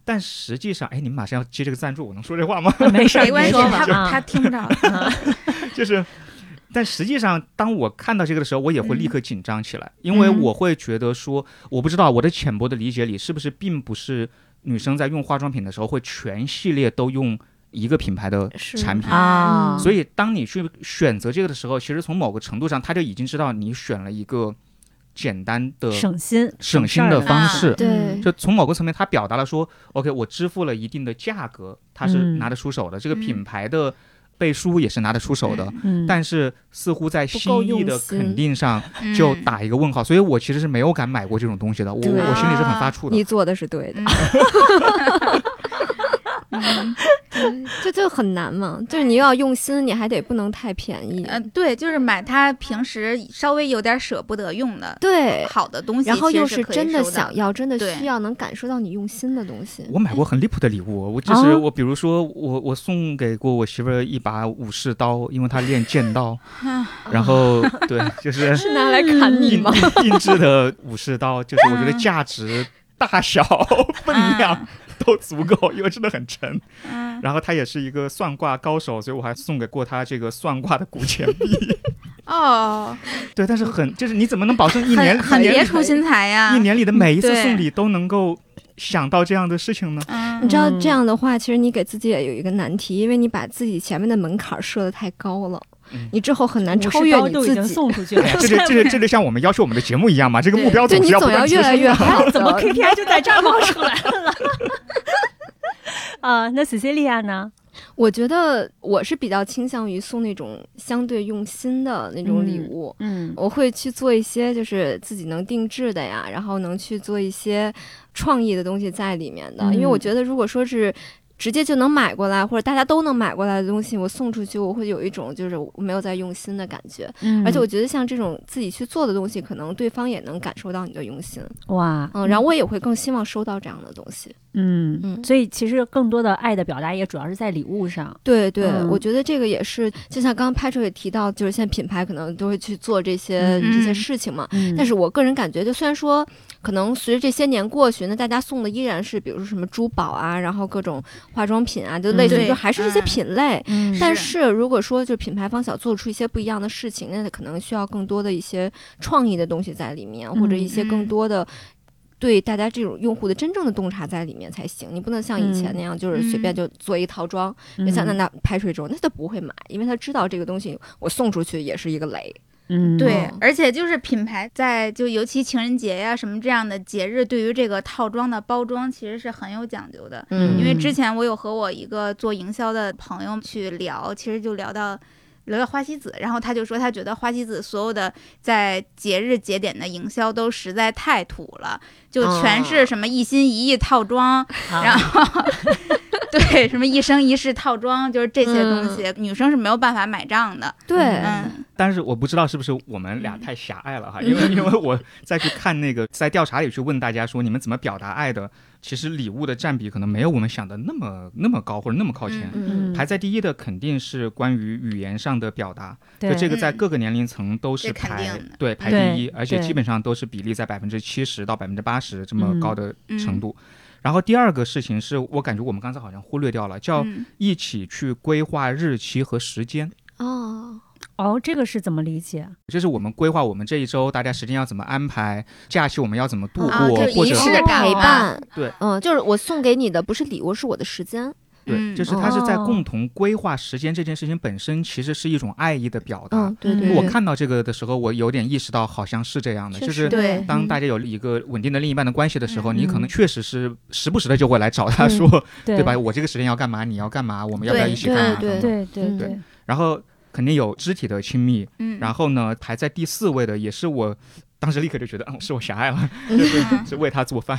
B: 但实际上，哎，你们马上要接这个赞助，我能说这话 吗？
D: 没事儿，
C: 没关系，
D: 你说吧
C: 他
D: 啊
C: 他听不着。
B: 就是，但实际上，当我看到这个的时候，我也会立刻紧张起来，因为
C: 嗯
B: 我会觉得说，我不知道我的浅薄的理解里，是不是并不是女生在用化妆品的时候会全系列都用一个品牌的
A: 是
B: 产品。
D: 啊，
B: 所以，当你去选择这个的时候，其实从某个程度上，他就已经知道你选了一个简单的、
D: 省心
B: 省
D: 事
B: 心
D: 儿
B: 的
D: 了
B: 方
C: 啊
B: 式。
A: 对
B: 就从某个层面，他表达了说，OK，我支付了一定的价格，他是
D: 嗯
B: 拿得出手的，这个
C: 嗯
B: 品牌的背书也是拿得出手的，
C: 嗯
D: 嗯，
B: 但是似乎在心意的肯定上
C: 嗯
B: 就打一个问号，所以我其实是没有敢买过这种东西的，我我
A: 对
B: 心里是很发怵
A: 你
B: 的。
A: 做的是对的，
C: 嗯嗯
A: 这就很难嘛。就是你又要用心，你还得不能太便宜。
C: 呃，对，就是买他平时稍微有点舍不得用的
A: 对，
C: 好的东西，
A: 然后
C: 其实
A: 又
C: 是可以
A: 真的
C: 收嗯
A: 想要，真的
C: 对
A: 需要，能感受到你用心的东西。
B: 我买过很离谱的礼物，我就是
D: 啊
B: 我，比如说我我送给过我媳妇儿一把武士刀，因为她练剑道，然后对，就是
A: 是拿来砍你
B: 定
A: 吗？
B: 定制的武士刀，就是我觉得
C: 嗯
B: 价值、大小、 分量都足够，因为真的很沉。
C: 的，嗯
B: 然后他也是一个算卦高手，所以我还送给过他这个算卦的古钱币。
C: 哦，
B: 对，但是
A: 嗯
B: 很就是你怎么能保证一年
C: 很
B: 一
C: 很别
B: 年
C: 出心裁呀
B: 一，年里的每一次
C: 对
B: 送礼都能够想到这样的事 情呢？
A: 你
C: 嗯
A: 知道
D: 嗯
A: 这样的话，其实你给自己也有一个难题，因为你把自己前面的门槛设得太高了，
B: 嗯
A: 你之后很难
D: 50
A: 超越
D: 刀
A: 你
D: 都已
A: 自
D: 经
A: 己。
D: 送出去了，
B: 哎这就这就这就像我们要求我们的节目一样嘛，这个目标
A: 对
B: 总
A: 你
B: 是要不
A: 总要
B: 断提
A: 越
B: 升
A: 来越
B: 的。
A: 好的，
D: 怎么 KPI 就在这儿冒出来了？ 啊，那 Cecilia 呢？
A: 我觉得我是比较倾向于送那种相对用心的那种礼
D: 嗯
A: 物。
D: 嗯
A: 我会去做一些就是自己能定制的呀，然后能去做一些创意的东西在里面的，因为我
D: 嗯
A: 觉得如果说是。直接就能买过来，或者大家都能买过来的东西，我送出去，我会有一种就是我没有在用心的感觉。
D: 嗯
A: 而且我觉得像这种自己去做的东西，可能对方也能感受到你的用心。
D: 哇，
A: 嗯，然后我也会更希望收到这样的东西。
D: 嗯
A: 嗯
D: 所以其实更多的爱的表达也主要是在礼物上。
A: 对对，
D: 嗯
A: 我觉得这个也是，就像刚刚 Patrick 也提到，就是现在品牌可能都会去做这些、
D: 嗯
A: 这些事情嘛。
D: 嗯
A: 但是我个人感觉，就虽然说可能随着这些年过去，那大家送的依然是比如说什么珠宝啊，然后各种化妆品啊，就类似
D: 嗯
A: 于
D: 对
A: 就还是这些
C: 嗯
A: 品类。
D: 嗯
A: 但
C: 是
A: 是如果说就品牌方想做出一些不一样的事情，那可能需要更多的一些创意的东西在里面，或者一些更
C: 嗯
A: 多的。对大家这种用户的真正的洞察在里面才行，你不能像以前
D: 嗯
A: 那样，就是随便
C: 嗯
A: 就做一套装。
D: 嗯
A: 就像那那拍水中，那他不会买，因为他知道这个东西我送出去也是一个雷。
D: 嗯
C: 对
A: 嗯，
C: 而且就是品牌在就尤其情人节呀、什么这样的节日，对于这个套装的包装其实是很有讲究的。
A: 嗯
C: 因为之前我有和我一个做营销的朋友去聊，其实就聊到聊到花西子，然后他就说他觉得花西子所有的在节日节点的营销都实在太土了，就全
A: 哦
C: 是什么一心一意套装，
D: 啊
C: 然后 对什么一生一世套装，就是这些东
B: 嗯
C: 西，女生是没有办法买账的。
A: 对，
C: 嗯
B: 但是我不知道是不是我们
A: 嗯
B: 俩太狭隘了哈， 因为因为我再去看那个在调查里去问大家说你们怎么表达爱的，其实礼物的占比可能没有我们想的那么那么高或者那么靠前。
A: 嗯，
B: 排在第一的肯定是关于语言上的表达，
D: 对
B: 就这个在
C: 嗯
B: 各个年龄层都是
C: 这肯
B: 排
C: 定的
B: 对排
D: 对
B: 第一，而且
D: 对
B: 基本上都是比例在百分之七十到百分之八十这么
D: 嗯
B: 高的
C: 嗯
B: 程度。然后第二个事情是我感觉我们刚才好像忽略掉了，叫
C: 嗯
B: 一起去规划日期和时间。
A: 哦，
D: 哦，这个是怎么理解？
B: 就是我们规划我们这一周大家时间要怎么安排，假期我们要怎么度
A: 啊
B: 过，
C: 就
B: 或
C: 仪
B: 者
C: 式感
A: 陪
C: 嘛
A: 伴，
B: 对，
A: 嗯，就是我送给你的不是礼物，是我的时间，
B: 对，
C: 嗯
B: 就是它是在
D: 哦
B: 共同规划时间这件事情本身，其实是一种爱意的表达。
A: 嗯，对对
D: 嗯
A: 对，
B: 我看到这个的时候，我有点意识到好像是这样的，
A: 确
B: 就
A: 实
B: 是
D: 嗯
C: 对
B: 当大家有一个稳定的另一半的关系的时候，
C: 嗯
B: 你可能确实是时不时的就会来找他
A: 嗯
B: 说，
D: 对
B: 吧？？我这个时间要干嘛？你要干嘛？我们要不要
C: 对
B: 一起干嘛？
A: 对
B: 等等
D: 对对
A: 嗯
D: 对，
B: 然后肯定有肢体的亲密，
C: 嗯，
B: 然后呢排在第四位的也是我，当时立刻就觉得，嗯，是我狭隘了，
C: 嗯
B: 是为他做饭。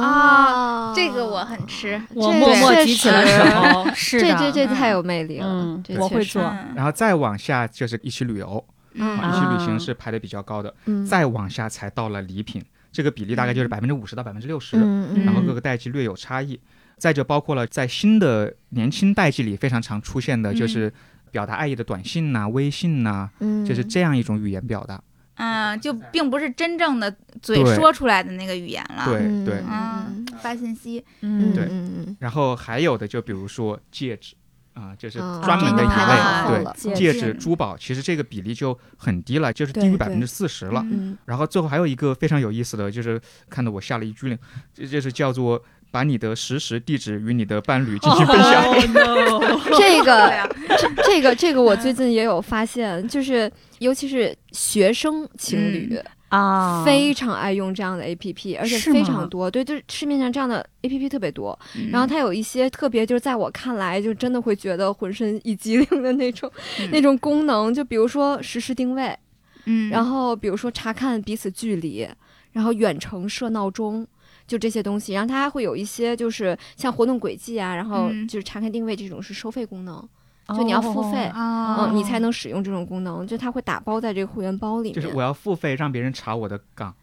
A: 啊
C: 这个我很吃。
B: 哦
D: 我
A: 这
D: 默默
A: 确
D: 举起了手，
A: 这
D: 是的，
A: 这这
C: 嗯
A: 太有魅力了
D: 嗯，
A: 这
D: 我
A: 确
D: 会
A: 实
D: 做
C: 嗯
B: 然后再往下就是一起旅游，
C: 嗯
B: 啊，一
D: 啊
B: 期旅行是排的比较高的，
E: 嗯
B: 再往下才到了礼品，这个比例大概就是百分之五十到百分之六十，
E: 嗯嗯
B: 然后各个代际略有差异。再就包括了在新的年轻代际里非常常出现的就是表达爱意的短信呐、微信呐、
E: 嗯
B: 就是这样一种语言表达。
C: 嗯，就并不是真正的嘴
B: 对
C: 说出来的那个语言了。
B: 对
E: 嗯
B: 对
C: 嗯，发信 息，
E: 嗯
D: 嗯，
B: 对
E: 嗯
B: 然后还有的就比如说戒指啊、就是
E: 嗯
B: 专门
C: 哦这
B: 的
C: 个
B: 一
C: 排得很
E: 后
B: 类，
E: 了
B: 对戒
D: 戒
C: 指
B: 指、珠宝，其实这个比例就很低了，就是低于
E: 对
B: 百分
E: 对
B: 之四十了。
C: 嗯
B: 然后最后还有一个非常有意思的，就是看得我吓了一激灵，这就是叫做把你的实时地址与你的伴侣进行分
D: 哦
B: 享。
A: Oh,
D: no！
A: 这
C: 对
A: 个
C: 啊，
A: 这这个这个我最近也有发现，就是尤其是学生情
B: 嗯
A: 侣、
D: 啊，
A: 非常爱用这样的 A P P，而且
D: 是吗
A: 非常多。对，就是市面上这样的 A P P 特别多。
C: 嗯
A: 然后它有一些特别，就是在我看来，就真的会觉得浑身一激灵的那种、
C: 嗯
A: 那种功能。就比如说实时定位，
C: 嗯，
A: 然后比如说查看彼此距离，然后远程设闹钟，就这些东西。然后它还会有一些就是像活动轨迹啊，然后
C: 嗯
A: 就是查看定位这种是收费功能，就你要付费。
C: 哦
A: 嗯，你才能使用这种功能，就它会打包在这个会员包里面。
B: 就是我要付费让别人查我的岗，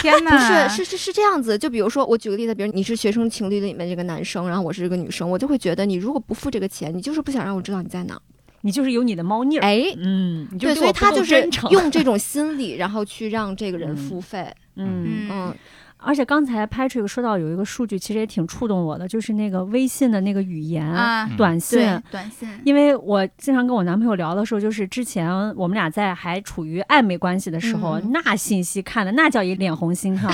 C: 天
A: 不
C: 哪，
A: 是，是是是这样子。就比如说，我举个例子，比如你是学生情侣里面这个男生，然后我是这个女生，我就会觉得你如果不付这个钱，你就是不想让我知道你在哪儿。
D: 你就是有你的猫腻儿。
A: 哎，
D: 嗯，你就
A: 对，
D: 对
A: 所
D: 我
A: 以
D: 不
A: 他
D: 够
A: 就是
D: 真诚
A: 用这种心理，然后去让这个人付费。
D: 嗯。
A: 嗯，
D: 而且刚才 Patrick 说到有一个数据，其实也挺触动我的，就是那个微信的那个语言、
C: 啊，
D: 短信。
C: 对，短信，
D: 嗯因为我经常跟我男朋友聊的时候，就是之前我们俩在还处于暧昧关系的时候，
A: 嗯
D: 那信息看的那叫一脸红心疼。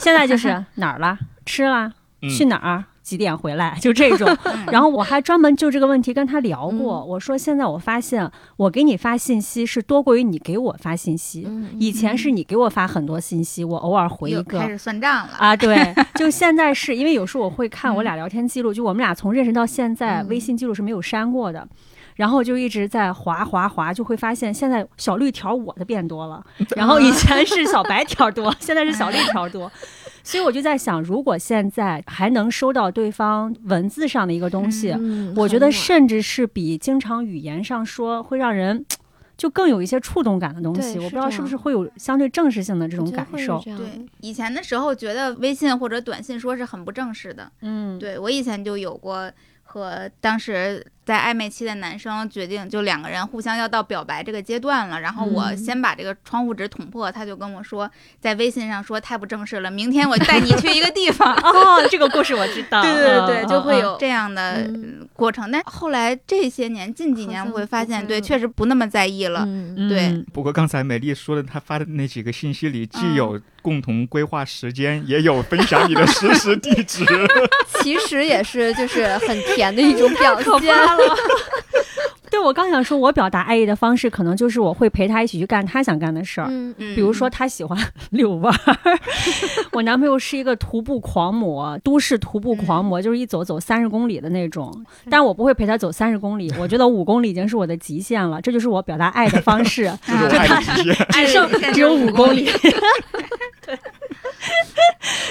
D: 现在就是哪儿了，吃了，
B: 嗯
D: 去哪儿，几点回来，就这种。
C: 嗯
D: 然后我还专门就这个问题跟他聊过，我说现在我发现我给你发信息是多过于你给我发信息，
A: 嗯
D: 以前是你给我发很多信息，我偶尔回一
C: 又
D: 个，
C: 开始算账了，
D: 啊，对，就现在是因为有时候我会看我
C: 嗯
D: 俩聊天记录，就我们俩从认识到现在，微
A: 嗯
D: 信记录是没有删过的。然后就一直在划划划，就会发现现在小绿条我的变 多了，然后以前是小白条多，现在是小
A: 哎
D: 绿条多，所以我就在想，如果现在还能收到对方文字上的一个东西，
A: 嗯
D: 我觉
A: 很
D: 得
A: 暖
D: 甚至是比经常语言上说会让人就更有一些触动感的东
A: 对
D: 西。我
A: 是
D: 不知道
A: 这
D: 是不
A: 样
D: 是会有相对正式性的这
A: 我
D: 种
A: 觉得
D: 感
A: 会是
D: 受。
A: 这样的
C: 对，以前的时候觉得微信或者短信说是很不正式的，
D: 嗯，。
C: 对我以前就有过和当时在暧昧期的男生决定，就两个人互相要到表白这个阶段了。然后我
A: 嗯
C: 先把这个窗户纸捅破，他就跟我说，在微信上说太不正式了，明天我带你去一个地方
D: 哦，这个故事我知道。
C: 对对对，
D: 嗯
C: 就会。
D: 嗯嗯
C: 有这样的
A: 嗯
C: 嗯过程。但后来这些年，近几年
A: 好
C: 我
A: 像
C: 会发
A: 不
C: 现，
A: 会
C: 对，
A: 了
C: 确实不那么在意了。
A: 嗯，
D: 嗯
C: 对
D: 嗯
B: 不过刚才美丽说的，她发的那几个信息里，
C: 嗯
B: 既有共同规划时间，也有分享你的实时地 址。
A: 其实也是就是很甜的一种表现。
D: 对我刚想说，我表达爱意的方式可能就是我会陪他一起去干他想干的事儿。
A: 嗯
C: 嗯
D: 比如说，他喜欢 遛弯儿，我男朋友是一个徒步狂魔，都市徒步
C: 嗯
D: 狂魔，就是一走走三十公里的那种。但我不会陪他走三十公里，我觉得五公里已经是我的极限了，这就是我表达爱的方式。
B: 这是
C: 啊
B: 我爱的极限。
C: 爱
D: 只剩只有五公里。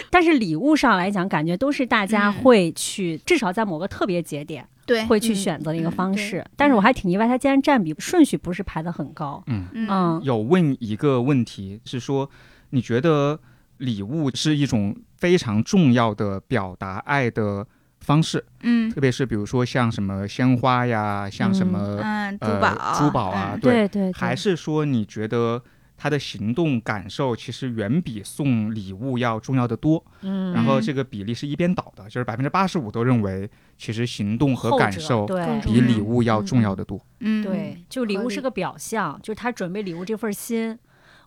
D: 但是礼物上来讲，感觉都是大家
C: 嗯
D: 会去，至少在某个特别节点
C: 对，
D: 会去
A: 嗯
D: 选择的一个
C: 嗯
D: 方
A: 对
D: 式。但是我还挺意外，它竟然占比顺序不是排的很高。
B: 嗯，
C: 嗯
D: 嗯
B: 有问一个问题是说，你觉得礼物是一种非常重要的表达爱的方式，
C: 嗯
B: 特别是比如说像什么鲜花呀，像什么、
C: 嗯，珠
B: 呃
C: 宝
B: 珠宝啊，
C: 嗯
B: 对，
D: 对
B: 还是说你觉得他的行动感受其实远比送礼物要重要的多？
D: 嗯
B: 然后这个比例是一边倒的，就是百分之八十五都认为其实行动和
D: 后
B: 感
D: 者
B: 受
D: 对
A: 更重
B: 比
A: 要
B: 礼物要重要的多。
C: 嗯
D: 对，就礼
A: 合
D: 物是
A: 理
D: 个表象，就是他准备礼物这份心。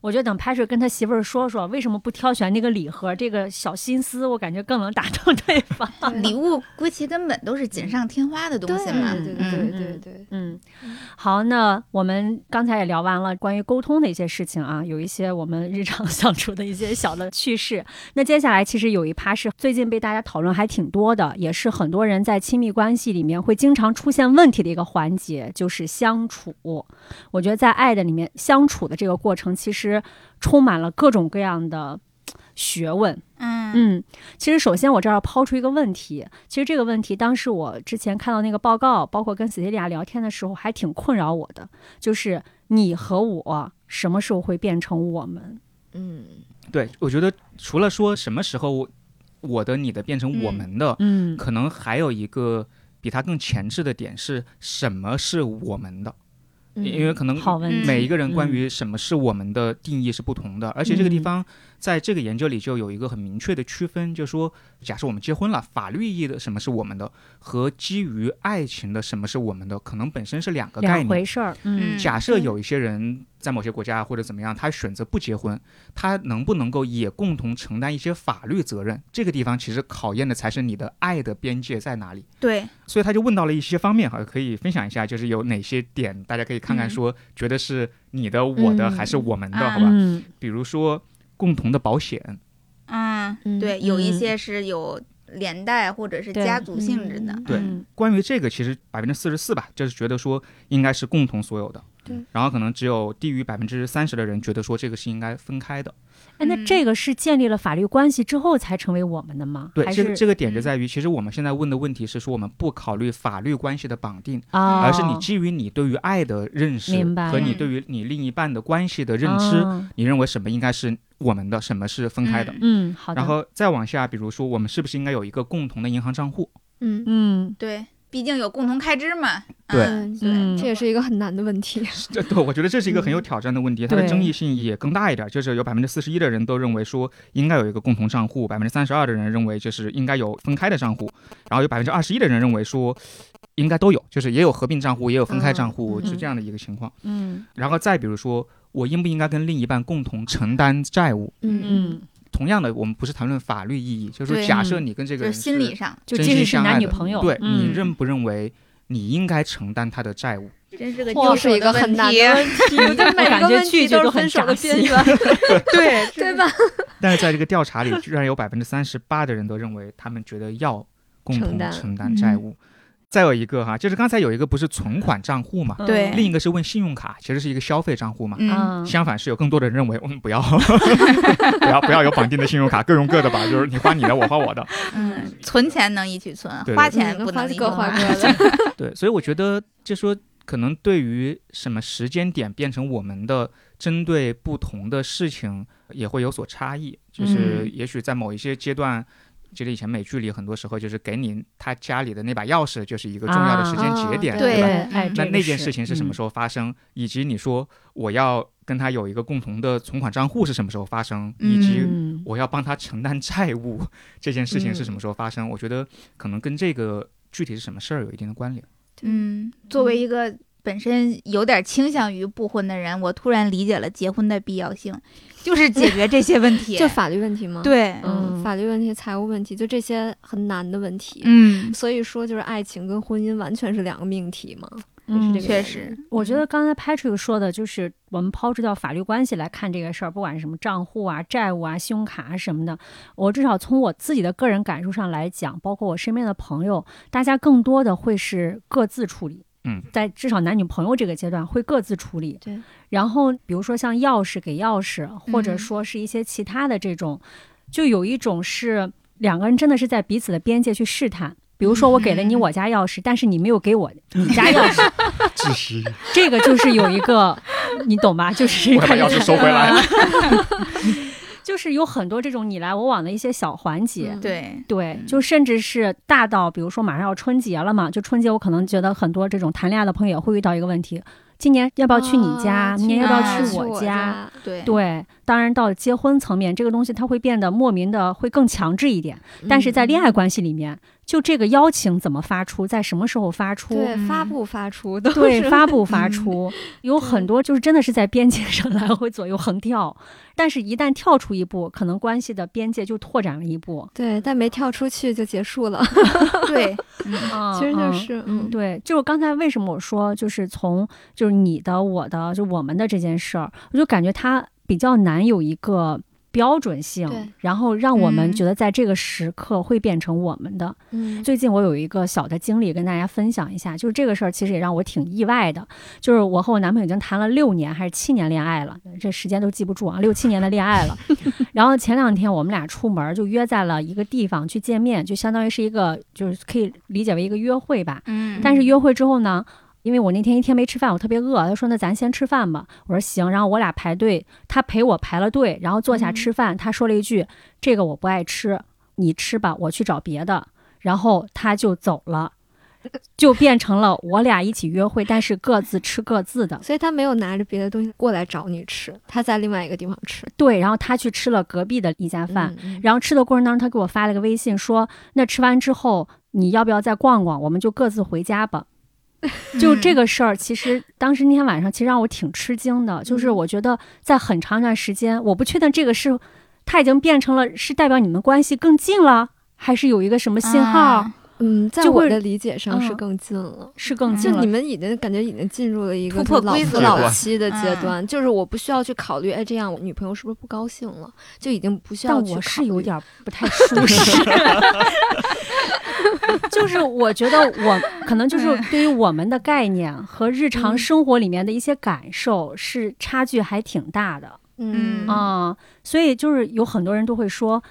D: 我觉得等 Patrick 跟他媳妇儿说说为什么不挑选那个礼盒，这个小心思，我感觉更能打动对方。
C: 礼物归其根本都是锦上添花的东西嘛。
A: 对对
C: 嗯
A: 对
D: 嗯
A: 对
D: 嗯
A: 对对，
D: 嗯，好，那我们刚才也聊完了关于沟通的一些事情啊，有一些我们日常 相处的一些小的趣事。那接下来其实有一趴是最近被大家讨论还挺多的，也是很多人在亲密关系里面会经常出现问题的一个环节，就是相处。我觉得在爱的里面相处的这个过程，其实充满了各种各样的。学问，
C: 嗯嗯
D: 嗯，其实首先我这儿要抛出一个问题，其实这个问题当时我之前看到那个报告，包括跟 Celia 聊天的时候，还挺困扰我的，就是你和我什么时候会变成我们？
A: 嗯，
B: 对，我觉得除了说什么时候我我的你的变成我们的，
D: 嗯
B: 可能还有一个比它更前置的点是什么是我们的，
A: 嗯
B: 因为可能
D: 好问题，
B: 每一个人
D: 嗯
B: 关于什么是我们的定义是不同的，而且这个地方在这个研究里就有一个很明确的区分，就是说，假设我们结婚了，法律意义的什么是我们的和基于爱情的什么是我们的，可能本身是两个概
D: 两
B: 念
D: 回。事儿，嗯
C: 嗯
B: 假设有一些人在某些国家或者怎么样，他选择不结婚，他能不能够也共同承担一些法律责任？这个地方其实考验的才是你的爱的边界在哪里。
C: 对，
B: 所以他就问到了一些方面，哈，可以分享一下，就是有哪些点，大家可以看看
C: 嗯
B: 说，觉得是你的、我的
D: 嗯
B: 还是我们的，
C: 啊
B: 好吧？
D: 嗯
B: 比如说共同的保险，
C: 嗯
A: 嗯
C: 对，有一
D: 嗯
C: 些是有连带或者是
D: 对
C: 家族性质的，
A: 嗯
B: 对
D: 嗯关
B: 关于这个其实百分之四十四吧，就是觉得说应该是共同所有的
A: 对，
B: 然后可能只有低于百分之三十的人觉得说这个是应该分开的。
D: 哎，
A: 嗯
D: 那这个是建立了法律关系之后才成为我们的吗？
B: 对，
D: 还
B: 这个
D: 是嗯
B: 这个点就在于，其实我们现在问的问题是说我们不考虑法律关系的绑定，
D: 啊，
B: 而是你基于你对于爱的认识
D: 明白
B: 和你
C: 嗯
B: 对于你另一半的关系的认知，
D: 啊
B: 你认为什么应该是我们的，什么是分开的。
C: 嗯
D: 嗯，好的，
B: 然后再往下，比如说我们是不是应该有一个共同的银行账 户？
A: 嗯，
D: 嗯，
C: 对，毕竟有共同开支嘛。
B: 对
C: 嗯
D: 嗯
A: 这也是一个很难的问题。
B: 这对我觉得这是一个很有挑战的问题，它的
D: 对
B: 争
C: 嗯
B: 议性也更大一点。就是有百分之四十一的人都认为说应该有一个共同账户，百分之三十二的人认为就是应该有分开的账户，然后有百分之二十一的人认为说应该都有，就是也有合并账户，也有分开账户，
A: 嗯
B: 是这样的一个情况。
D: 嗯
B: 然后再比如说，我应不应该跟另一半共同承担债务？
D: 嗯，
B: 同样的，我们不是谈论法律意义，就是说
C: 对嗯
B: 假设你跟这
C: 就
B: 个
C: 是
B: 人
C: 心理上，
D: 就
B: 真
D: 即
B: 心
D: 使是
B: 相爱
D: 男女
B: 的
D: 朋友，
B: 对
D: 嗯
B: 你认不认为你应该承担他的债务？
C: 真是个
A: 又是一个很难 的问题，
D: 我
A: 就每
D: 感
A: 个
D: 觉
A: 问
D: 去
A: 题
D: 一句
A: 都
D: 就是很
A: 分手的
D: 扎
A: 边
D: 心
A: 缘，
C: 对
A: 对？吧？
B: 但是在这个调查里，居然有百分之三十八的人都认为他们觉得要共
A: 承
B: 同
A: 担
B: 承担
D: 嗯
B: 债务。再有一个哈，就是刚才有一个不是存款账户嘛，
C: 对
B: 另一个是问信用卡，其实是一个消费账户嘛。
C: 嗯，
D: 嗯
B: 相反是有更多的人认为，嗯，不要， 不要，不要有绑定的信用卡，各用各的吧，就是你花你的，我花我的。
C: 嗯，存钱能一起存
B: 对，对
C: 花
B: 对
C: 钱
A: 嗯
C: 不
A: 花
C: 能
A: 各花各
C: 花。
A: 的。
B: 对，所以我觉得就说可能对于什么时间点变成我们的，针对不同的事情也会有所差异。就是
D: 嗯
B: 也许在某一些阶段，记得以前美剧里很多时候就是给你他家里的那把钥匙，就是一个重要的时间节点，
A: 啊
B: 对吧？
C: 对
D: 哎，
C: 嗯
B: 那
D: 这个
B: 那件事情是什么时候发生，以及你说我要跟他有一个共同的存款账户是什么时候发生，以及
D: 嗯
B: 我要帮他承担债务 这件事情是什么时候发生，我觉得可能跟这个具体是什么事儿有一定的关联。
C: 嗯，作为一个本身有点倾向于不婚的人，我突然理解了结婚的必要性，就是解决这些问 题。
A: 嗯就法律问题吗？，
C: 对，
A: 嗯，
D: 嗯
A: 法律问题、财务问题，就这些很难的问题。
C: 嗯，
A: 所以说，就是爱情跟婚姻完全是两个命题嘛。
D: 嗯
A: 也是这个
C: 确实，
D: 我觉得刚才 Patrick 说的，就是我们抛出掉法律关系来看这个事儿，不管是什么账户啊、债务啊、信用卡啊什么的，我至少从我自己的个人感受上来讲，包括我身边的朋友，大家更多的会是各自处理。
B: 嗯，
D: 在至少男女朋友这个阶段会各自处理。
A: 对。
D: 然后比如说像钥匙给钥匙，或者
C: 嗯
D: 说是一些其他的这种，就有一种是两个人真的是在彼此的边界去试探。比如说，我给了你
C: 嗯
D: 我家钥匙，但是你没有给我你家钥 匙，
B: 窒息，
D: 这个就是有一 个，你懂吧？就是 啊一
B: 我要把钥
D: 个，
B: 匙收回 来。
D: 就是有很多这种你来我往的一些小环节。
A: 嗯
C: 对，
D: 对，就甚至是大到，比如说马上要春节了嘛，就春节我可能觉得很多这种谈恋爱的朋友也会遇到一个问题：今年要不要去你家？
A: 啊
D: 明年要不要去
A: 去我
D: 家？
A: 家？
C: 对，
D: 对，当然到结婚层面，这个东西它会变得莫名的会更强制一点。但是在恋
A: 嗯
D: 爱关系里面，就这个邀请怎么发出，在什么时候发出，
A: 对发
C: 嗯
A: 不发出都
D: 对
A: 是嗯
D: 发不发 出，有很多就是真的是在边界上 来回左右横跳，但是一旦跳出一步，可能关系的边界就拓展了一步。
A: 对，但没跳出去就结束了。
C: 对，
D: 啊
A: 其实就
D: 嗯
A: 是嗯，
D: 对，就是刚才为什么我说就是从就是你的我的就我们的这件事儿，我就感觉它比较难有一个标准性
A: 对，
D: 然后让我们
C: 嗯
D: 觉得在这个时刻会变成我们的。
A: 嗯
D: 最近我有一个小的经历跟大家分享一下，就是这个事儿其实也让我挺意外的，就是我和我男朋友已经谈了六年还是七年恋爱了，这时间都记不住啊，六七年的恋爱了。然后前两天我们俩出门就约在了一个地方去见面，就相当于是一个就是可以理解为一个约会吧。
C: 嗯
D: 但是约会之后呢，因为我那天一天没吃饭，我特别饿，他说那咱先吃饭吧。我说行，然后我俩排队，他陪我排了队，然后坐下
C: 嗯
D: 吃饭。他说了一句：“这个我不爱吃，你吃吧，我去找别的。”然后他就走了。就变成了我俩一起约会，但是各自吃各自的。
A: 所以他没有拿着别的东西过来找你吃，他在另外一个地方吃
D: 对，然后他去吃了隔壁的一家饭，，
A: 嗯
D: 然后吃的过程当中，他给我发了个微信说：“那吃完之后你要不要再逛逛？我们就各自回家吧。”
C: 嗯
D: 就
A: 嗯
D: 这
C: 个，
D: 个事儿，其实当时那天晚上，其实让我挺吃惊的。就是
A: 嗯
D: 我觉得在很长一段时间，我不确定这个是，它已经变成了是代表你们关系更近了，还是有一个什么信号、
C: 啊
A: 嗯，在
D: 就
A: 我
D: 会
A: 的理解上是
D: 嗯
A: 更近了。
D: 是更
A: 嗯就
D: 近了
A: 你。们已经感觉已经进入了一个
C: 突破
A: 就老
C: 规
A: 夫
B: 则
A: 老
B: 了
A: 妻的阶
D: 嗯
A: 段，就是我不需要去考虑，哎，这样我女朋友是不是不高兴了，就已经不需要
D: 但
A: 去
D: 我
A: 考
D: 是有
A: 虑
D: 点儿 不太舒适，就是我觉得我可能就是
C: 嗯
D: 对于我们的概念和日常
A: 嗯
D: 生活里面的一些感受是差距还挺大的。
A: 嗯
C: 嗯
D: 啊、所以就是有很多人都会说，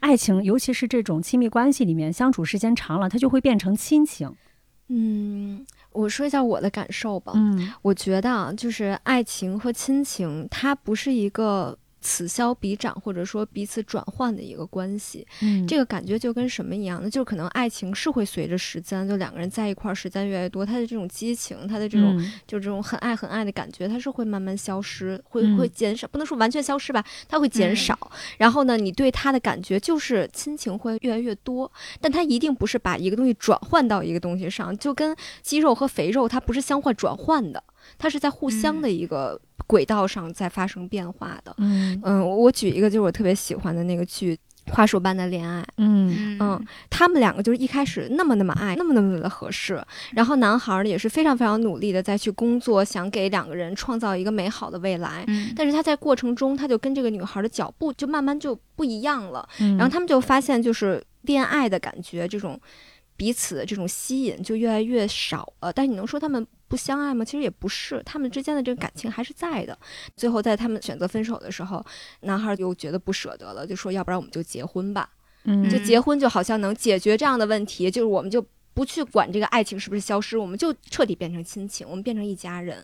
D: 爱情，尤其是这种亲密关系里面相处时间长了，它就会变成亲情。
A: 嗯，我说一下我的感受吧。
D: 嗯
A: 我觉得啊，就是爱情和亲情，它不是一个此消彼长或者说彼此转换的一个关系。
D: 嗯
A: 这
D: 个
A: 个感觉就跟什么一样呢？就是可能爱情是会随着时间，就两个人在一块儿时间越来越多，他的这种激情，他的这种、就这种很爱很爱的感觉，它是会慢慢消失，会
D: 嗯
A: 会减少，不能说完全消失吧，它会减
C: 嗯
A: 少。然后呢，你对他的感觉就是亲情会越来越多，但它一定不是把一个东西转换到一个东西上，就跟肌肉和肥肉它不是相互转换的，它是在互相
C: 嗯
A: 的一个轨道上在发生变化的。
D: 嗯
A: 嗯，我举一个就是我特别喜欢的那个剧《花束般的恋爱》，
D: 嗯
C: 嗯
A: 嗯，他们两个就是一开始那么那么爱，那么那么的合适。然后男孩儿也是非常非常努力的在去工作，想给两个人创造一个美好的未来。
C: 嗯
A: 但是他在过程中，他就跟这个女孩儿的脚步就慢慢就不一样了。
D: 嗯，
A: 然后他们就发现，就是恋爱的感觉，这种彼此的这种吸引就越来越少了。但你能说他们不相爱吗？其实也不是，他们之间的这个感情还是在的。最后在他们选择分手的时候，男孩儿又觉得不舍得了，就说要不然我们就结婚吧。
D: 嗯
A: 就
C: 嗯
A: 结婚就好像能解决这样的问题，就是我们就不去管这个爱情是不是消失，我们就彻底变成亲情，我们变成一家人。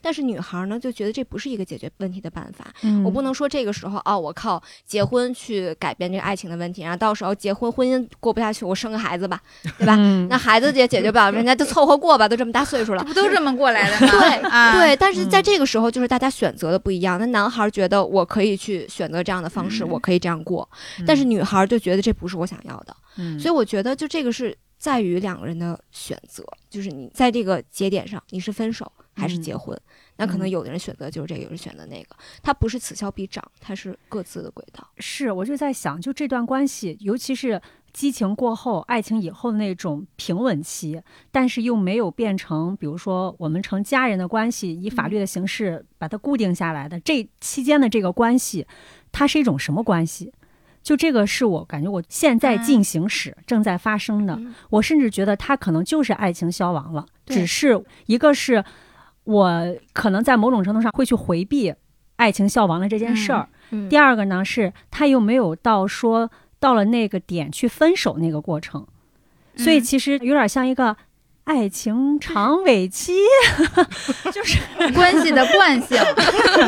A: 但是女孩呢，就觉得这不是一个解决问题的办法。
D: 嗯
C: 嗯
A: 我不能说这个时候哦，我靠结婚去改变这个爱情的问题，然后到时候结婚婚姻过不下去，我生个孩子吧，对吧？
D: 嗯
A: 那孩子也解决不了，人家就凑合过吧，都这么大岁数了
C: 这。不都这么过来的吗？
A: 对
C: 啊，
A: 对，但是在这个时候，就是大家选择的不一样。那男孩觉得我可以去选择这样的方式，
C: 嗯
A: 我可以这样过，但是女孩就觉得这不是我想要的。所以
D: 以
A: 我觉得就这个是在于两个人的选择，就是你在这个节点上，你是分手还是结婚？那可能
D: 嗯
A: 有的人选择就是这个，有人选择那个，它不是此消彼长，它是各自的轨道。
D: 是我就在想，就这段关系，尤其是。激情过后，爱情以后那种平稳期，但是又没有变成，比如说我们成家人的关系，以
A: 嗯
D: 法律的形式把它固定下来的、这期间的这个关系，它是一种什么关系？就这个是我感觉我现在进行时正在发生的，
A: 嗯
D: 我甚至觉得它可能就是爱情消亡了，
A: 对
D: 只是一个是我可能在某种程度上会去回避爱情消亡的这件事儿，
A: 嗯
D: 第二个呢是他又没有到说到了那个点去分手那个过程，所以
C: 嗯
D: 其实有点像一个爱情长尾期， 就是
C: 关系的惯 性，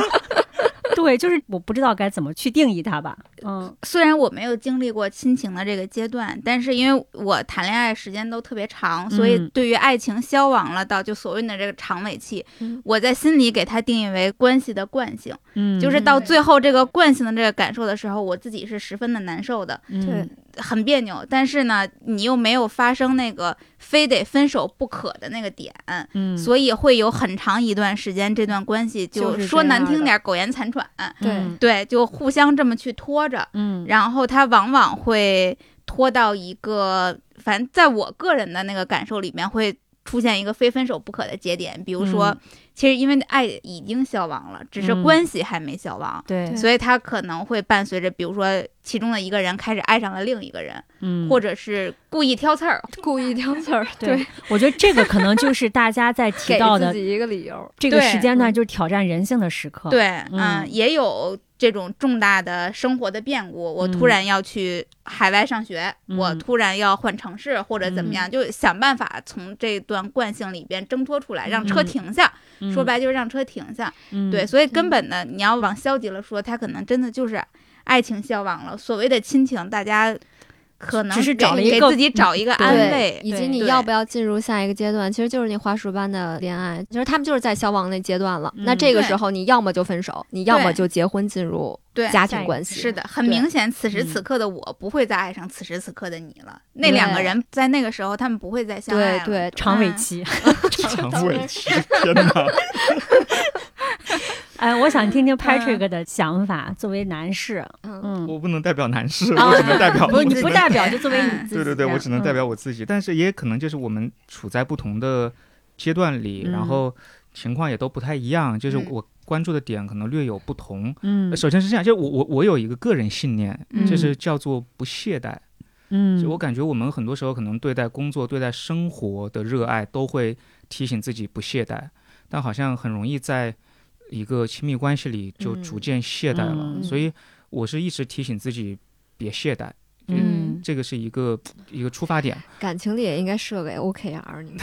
D: 对，就是我不知道该怎么去定义它吧，嗯
C: 虽然我没有经历过亲情的这个阶段，但是因为我谈恋爱时间都特别长，所以
D: 嗯
C: 对于爱情消亡了到就所谓的这个长尾期，
A: 嗯
C: 我在心里给它定义为关系的惯性，
D: 嗯
C: 就是
A: 嗯
C: 到最后这个惯性的这个感受的时候，我自己是十分的难受的，
D: 嗯
A: 对，
C: 很别扭。但是呢，你又没有发生那个非得分手不可的那个点，
D: 嗯，
C: 所以会有很长一段时间这段关系
A: 就是
C: 就
A: 这
C: 说难
A: 样
C: 听
A: 的
C: 点儿苟延残喘，
A: 对
D: 嗯
C: 对，就互相这么去拖着。
D: 嗯
C: 然后它往往会拖到一个，反正在我个人的那个感受里面会出现一个非分手不可的节点，比如说
D: 嗯
C: 其实因为爱已经消亡了，只是
D: 嗯
C: 关系还没消亡，
D: 对
A: 对
C: 所以它可能会伴随着，比如说其中的一个人开始爱上了另一个人，
D: 嗯，哦
C: 或者是故意挑刺儿。
A: 故意挑刺 儿，
D: 对，我觉得这个可能就是大家在提
A: 给
D: 到
A: 自
D: 的
A: 己一个理由。
D: 这个
C: 对
D: 时间段，
A: 嗯
D: 就是挑战人性的时刻。，
C: 对，嗯，
D: 嗯
C: 也有这种重大的生活的变故，我突
D: 嗯
C: 然要去海外上学，我
D: 嗯
C: 突然要换城市或者怎么样，就想办法从这段惯性里边挣脱出来，让车
D: 嗯
C: 停下。说，白就是让车停下。对，，所以根本的，你要往消极了说，它可能真的就是爱情消亡了。所谓的亲情，大家可能
D: 只是
C: 给
D: 找了一
C: 给
D: 个嗯
C: 自己找一个
D: 对
C: 安慰。
A: 以及
D: 对
A: 你
C: 对
A: 要不要进入下一个阶段，其实就是那花束般的恋爱，其实他们就是在消亡那阶段了。
D: 嗯
A: 那这个
C: 对
A: 时候，你要么就分手，你要么就结婚进入
C: 对，
A: 家
D: 下一
A: 庭
D: 个
A: 关系。
C: 是的，很
A: 对
C: 明显，此时
D: 嗯
C: 此刻的我不会再爱上此时此刻的你了。那两个
A: 对
C: 人在那个时候，他们不会再相爱
A: 对
C: 了。
A: 对，
D: 长尾
C: 嗯
D: 期。
B: 长尾期，天哪！
D: 哎，我想听听 Patrick 的想法，作为男士，
A: 嗯，
D: 嗯，
B: 我不能代表男士，
D: 啊
B: 我只能代 表
D: 不，
B: 我
D: 你
B: 只
D: 不
B: 能
D: 代表就作为你自己，
B: 对对对，我只能代
D: 嗯。
B: 表我自己，但是也可能就是我们处在不同的阶段里，
D: 嗯
B: 然后情况也都不太一样，就是
C: 嗯
B: 我关注的点可能略有不同。
D: 嗯，
B: 首先是这样，就是我我我有一个个人信念，
C: 嗯
B: 就是叫做不懈怠。
D: 嗯，
B: 就我感觉我们很多时候可能对待工作、对待生活的热爱，都会提醒自己不懈怠，但好像很容易在一个亲密关系里就
A: 嗯
B: 逐渐懈怠了。
D: 嗯
B: 所以我是一直提醒自己别懈怠，
D: 嗯，
B: 这个是一个一个出发点。
A: 感情里也应该设为 OKR，你们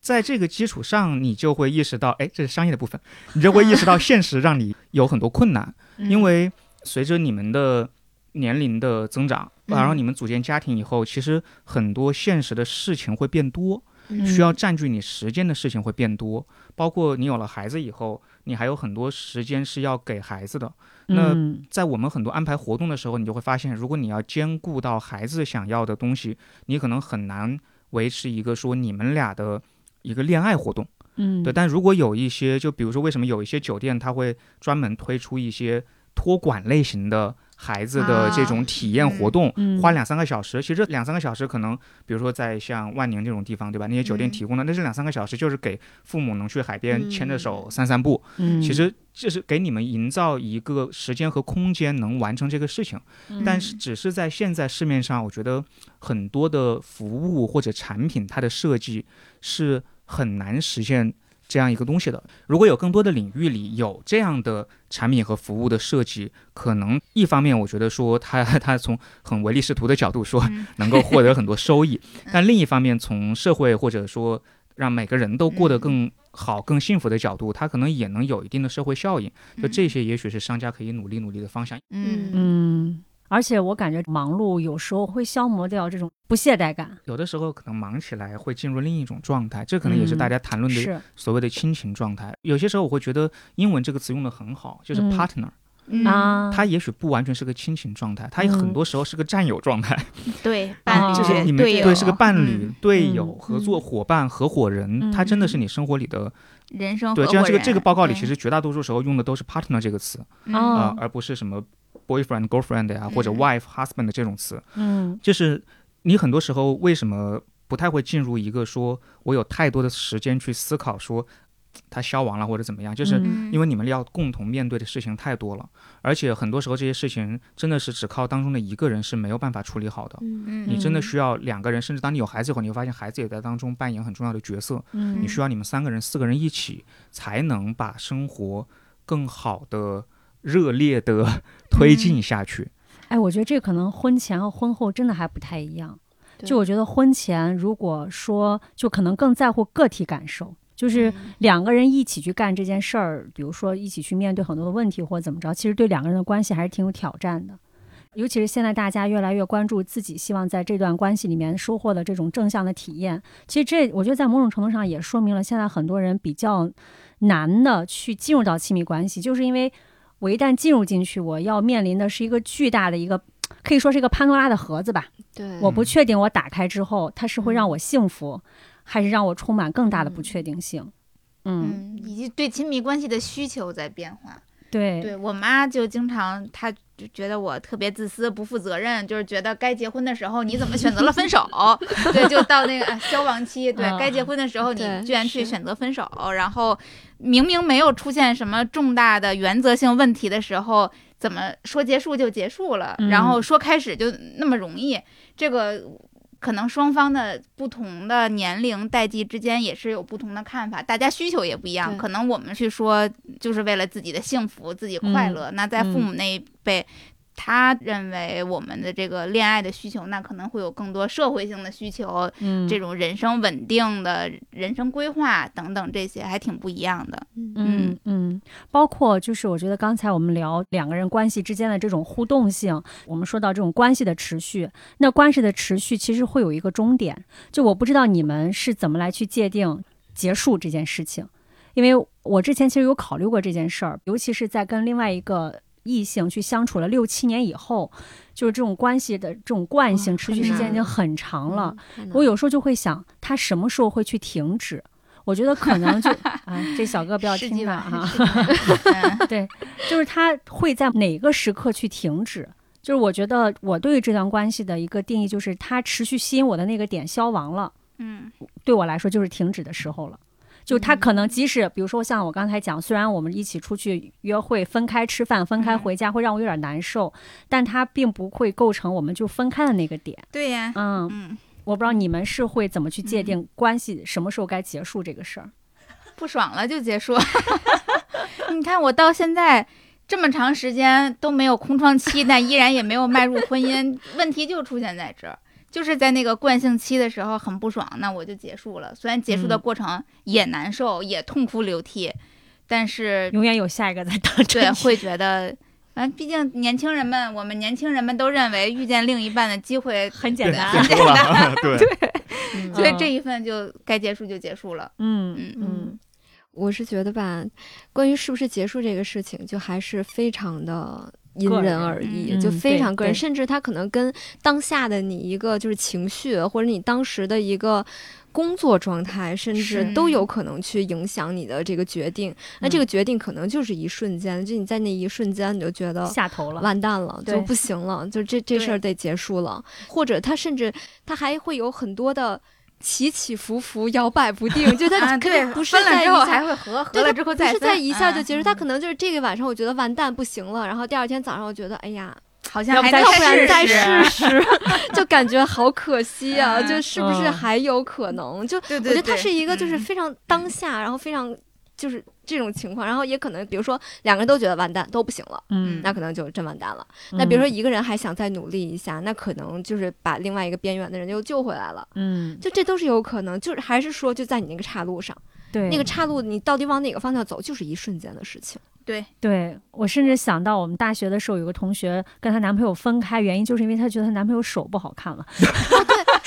B: 在这个基础上，你就会意识到，哎，这是商业的部分，你就会意识到现实让你有很多困难，因为随着你们的年龄的增长，
A: 嗯
B: 然后你们组建家庭以后，其实很多现实的事情会变多，
A: 嗯
B: 需要占据你时间的事情会变多，包括你有了孩子以后，你还有很多时间是要给孩子的。那
D: 嗯
B: 在我们很多安排活动的时候，你就会发现，如果你要兼顾到孩子想要的东西，你可能很难维持一个说你们俩的一个恋爱活动。
D: 嗯，
B: 对，但如果有一些，就比如说为什么有一些酒店它会专门推出一些托管类型的孩子的这种体验活动，
D: 嗯
B: 花两三个小时，其实这两三个小时可能，比如说在像万宁这种地方，对吧？那些酒店
C: 嗯
B: 提供的，那这两三个小时就是给父母能去海边
A: 嗯
B: 牵着手散散步，
D: 嗯，
B: 其实就是给你们营造一个时间和空间能完成这个事情。
D: 嗯，
B: 但是只是在现在市面上，我觉得很多的服务或者产品，它的设计是很难实现这样一个东西的。如果有更多的领域里有这样的产品和服务的设计，可能一方面我觉得说它它从很唯利是图的角度说
C: 嗯
B: 能够获得很多收益，但另一方面从社会或者说让每个人都过得更好、更幸福的角度，它可能也能有一定的社会效应。就这些，也许是商家可以努力努力的方向。
C: 嗯
D: 嗯，而且我感觉忙碌有时候会消磨掉这种不懈怠感，
B: 有的时候可能忙起来会进入另一种状态，这可能也是
D: 嗯
B: 大家谈论的
D: 是
B: 所谓的亲情状态。有些时候我会觉得英文这个词用的很好，就是
D: 嗯
B: partner，、
C: 嗯
D: 啊，
B: 它也许不完全是个亲情状态，它也
D: 嗯
B: 很多时候是个战友状态，
C: 对伴
D: 啊
C: 侣
B: 就是你们
C: 队友
B: 对是个伴侣、
C: 嗯
B: 队友、
D: 嗯
B: 合作伙伴、合伙人，
D: 嗯
B: 它真的是你生活里的、
C: 人生
B: 对。
C: 嗯合
B: 就像
C: 伙
B: 这个
C: 人
B: 这个报告里，
C: 对
B: 其实绝大多数时候用的都是 partner 这个词
C: 嗯
B: 啊、
D: 哦
B: 呃而不是什么 boyfriend、girlfriend 呀、或者
C: 嗯
B: wife、husband 这种词。
D: 嗯
B: 就是你很多时候为什么不太会进入一个说我有太多的时间去思考说它消亡了或者怎么样，就是
D: 嗯
B: 因
C: 为
B: 为你们要共同面对的事情太多了，而且很多时候这些事情真的是只靠当中的一个人是没有办法处理好的。
A: 嗯
B: 你真的
D: 嗯
B: 需要两个人，甚至当你有孩子以后，你会发现孩子也在当中扮演很重要的角色。
D: 嗯
B: 你需要你们三个人、四个人一起，才能把生活更好的、热烈的推进下去。
D: 哎，我觉得这可能婚前和婚后真的还不太一样。
A: 对
D: 就我觉得婚前如果说，就可能更在乎个体感受，就是两个人一起去干这件事儿，比如说一起去面对很多的问题或者怎么着，其实对两个人的关系还是挺有挑战的。尤其是现在大家越来越关注自己，希望在这段关系里面收获的这种正向的体验。其实这我觉得在某种程度上也说明了现在很多人比较难的去进入到亲密关系，就是因为我一旦进入进去，我要面临的是一个巨大的一个，可以说是一个潘多拉的盒子吧。
A: 对，
D: 我不确定我打开之后，它是会让我幸福，还是让我充满更大的不确定性。嗯
C: 嗯，以及对亲密关系的需求在变化，
D: 对
C: 对我妈就经常，她就觉得我特别自私、不负责任，就是觉得该结婚的时候你怎么选择了分手？对，就到那个啊交往期，对
D: 啊
C: 该结婚的时候你
A: 对
C: 居然去
A: 是
C: 选择分手，然后明明没有出现什么重大的原则性问题的时候，怎么说结束就结束了，
D: 嗯
C: 然后说开始就那么容易？这个。可能双方的不同的年龄代际之间也是有不同的看法，大家需求也不一样。
A: 对
C: 可能我们去说就是为了自己的幸福、自己快乐。那在父母那一辈，他认为我们的这个恋爱的需求，那可能会有更多社会性的需求，
D: 嗯
C: 这种人生稳定的人生规划等等，这些还挺不一样 的。
D: 嗯嗯，包括就是我觉得刚才我们聊两个人关系之间的这种互动性，我们说到这种关系的持续，那关系的持续其实会有一个终点，就我不知道你们是怎么来去界定结束这件事情，因为我之前其实有考虑过这件事儿，尤其是在跟另外一个。异性去相处了六七年以后，就是这种关系的这种惯性
A: 哇
D: 持续时间已经啊很长了。
A: 嗯，
D: 我有时候就会想，他什么时候会去停止？我觉得可 能就啊，这小哥不要
C: 世
D: 听
C: 纪
D: 他
C: 吧
D: 啊，
C: 世纪吧嗯
D: 对， 就是他会在哪个时刻去停止？就是我觉得我对于这段关系的一个定义，就是他持续吸引我的那个点消亡了，
C: 嗯，
D: 对我来说就是停止的时候了。就他可能即使，比如说像我刚才讲，虽然我们一起出去约会、分开吃饭、分开
C: 嗯
D: 回家，会让我有点难受，但他并不会构成我们就分开的那个点。
C: 对呀、
D: 嗯，
C: 嗯，
D: 我不知道你们是会怎么去界定关系什么时候该结束这个事儿。
C: 不爽了就 结束。你看我到现在这么长时间都没有空窗期，但依然也没有迈入婚姻，问题就出现在这儿。就是在那个惯性期的时候很不爽，那我就结束了。虽然结束的
D: 嗯
C: 过程也难受，也痛哭流涕，但是
D: 永远有下一个在等着
C: 对，啊
D: 你。
C: 会觉得，反正毕竟年轻人们，我们年轻人们都认为遇见另一半的机会
D: 很简
B: 对，
D: 单啊
B: 结束了， 对，
C: 嗯所以这一份就该结束就结束了。
D: 嗯
C: 嗯
D: 嗯
A: 我是觉得吧，关于是不是结束这个事情，就还是非常的因
D: 个人
A: 人而异，
D: 嗯
A: 就
D: 嗯
A: 非
D: 对
A: 常个人，
D: 对
A: 甚至他可能跟当下的你一个就是情绪，或者你当时的一个。工作状态，甚至
C: 是
A: 都有可能去影响你的这个决定。那
D: 嗯
A: 这个决定可能就是一瞬间，就你在那一瞬间，你就觉得
D: 嗯下头了。
A: 完蛋了，
D: 对
A: 就不行了，就这这
C: 对
A: 事儿得结束了，或者他甚至他还会有很多的起起伏伏、摇摆不 定，就他
C: 啊，
A: 肯
C: 对
A: 定，不是
C: 分了
A: 在一
C: 之后
A: 下。
C: 还会合，合
A: 对
C: 了
A: 他
C: 之后
A: 不
C: 再
A: 是
C: 分
A: 在一下就
C: 嗯
A: 结束，他可能就是这个晚上我觉得完蛋不行了，然后第二天早上我觉得哎呀，
C: 好像
D: 要不
C: 还
D: 再
C: 得
A: 要不然再
C: 试
A: 试试， 就感觉好可惜啊，
C: 嗯
A: 就是不是
D: 嗯
A: 还有可能？就
C: 对对，
A: 我觉得
C: 对
A: 他是一个就是
C: 嗯
A: 非常当下，然后非常就是这种情况，然后也可能比如说两个人都觉得完蛋都不行了，
D: 嗯，
A: 那可能就真完蛋了。那比如说，一个人还想再努力一下，那可能就是把另外一个边缘的人又救回来了，
D: 嗯，
A: 就这都是有可能。就是还是说，就在你那个岔路上，
D: 对
A: 那个岔路你到底往哪个方向走，就是一瞬间的事情。
C: 对，
D: 对我甚至想到我们大学的时候，有个同学跟她男朋友分开，原因就是因为她觉得她男朋友手不好看了。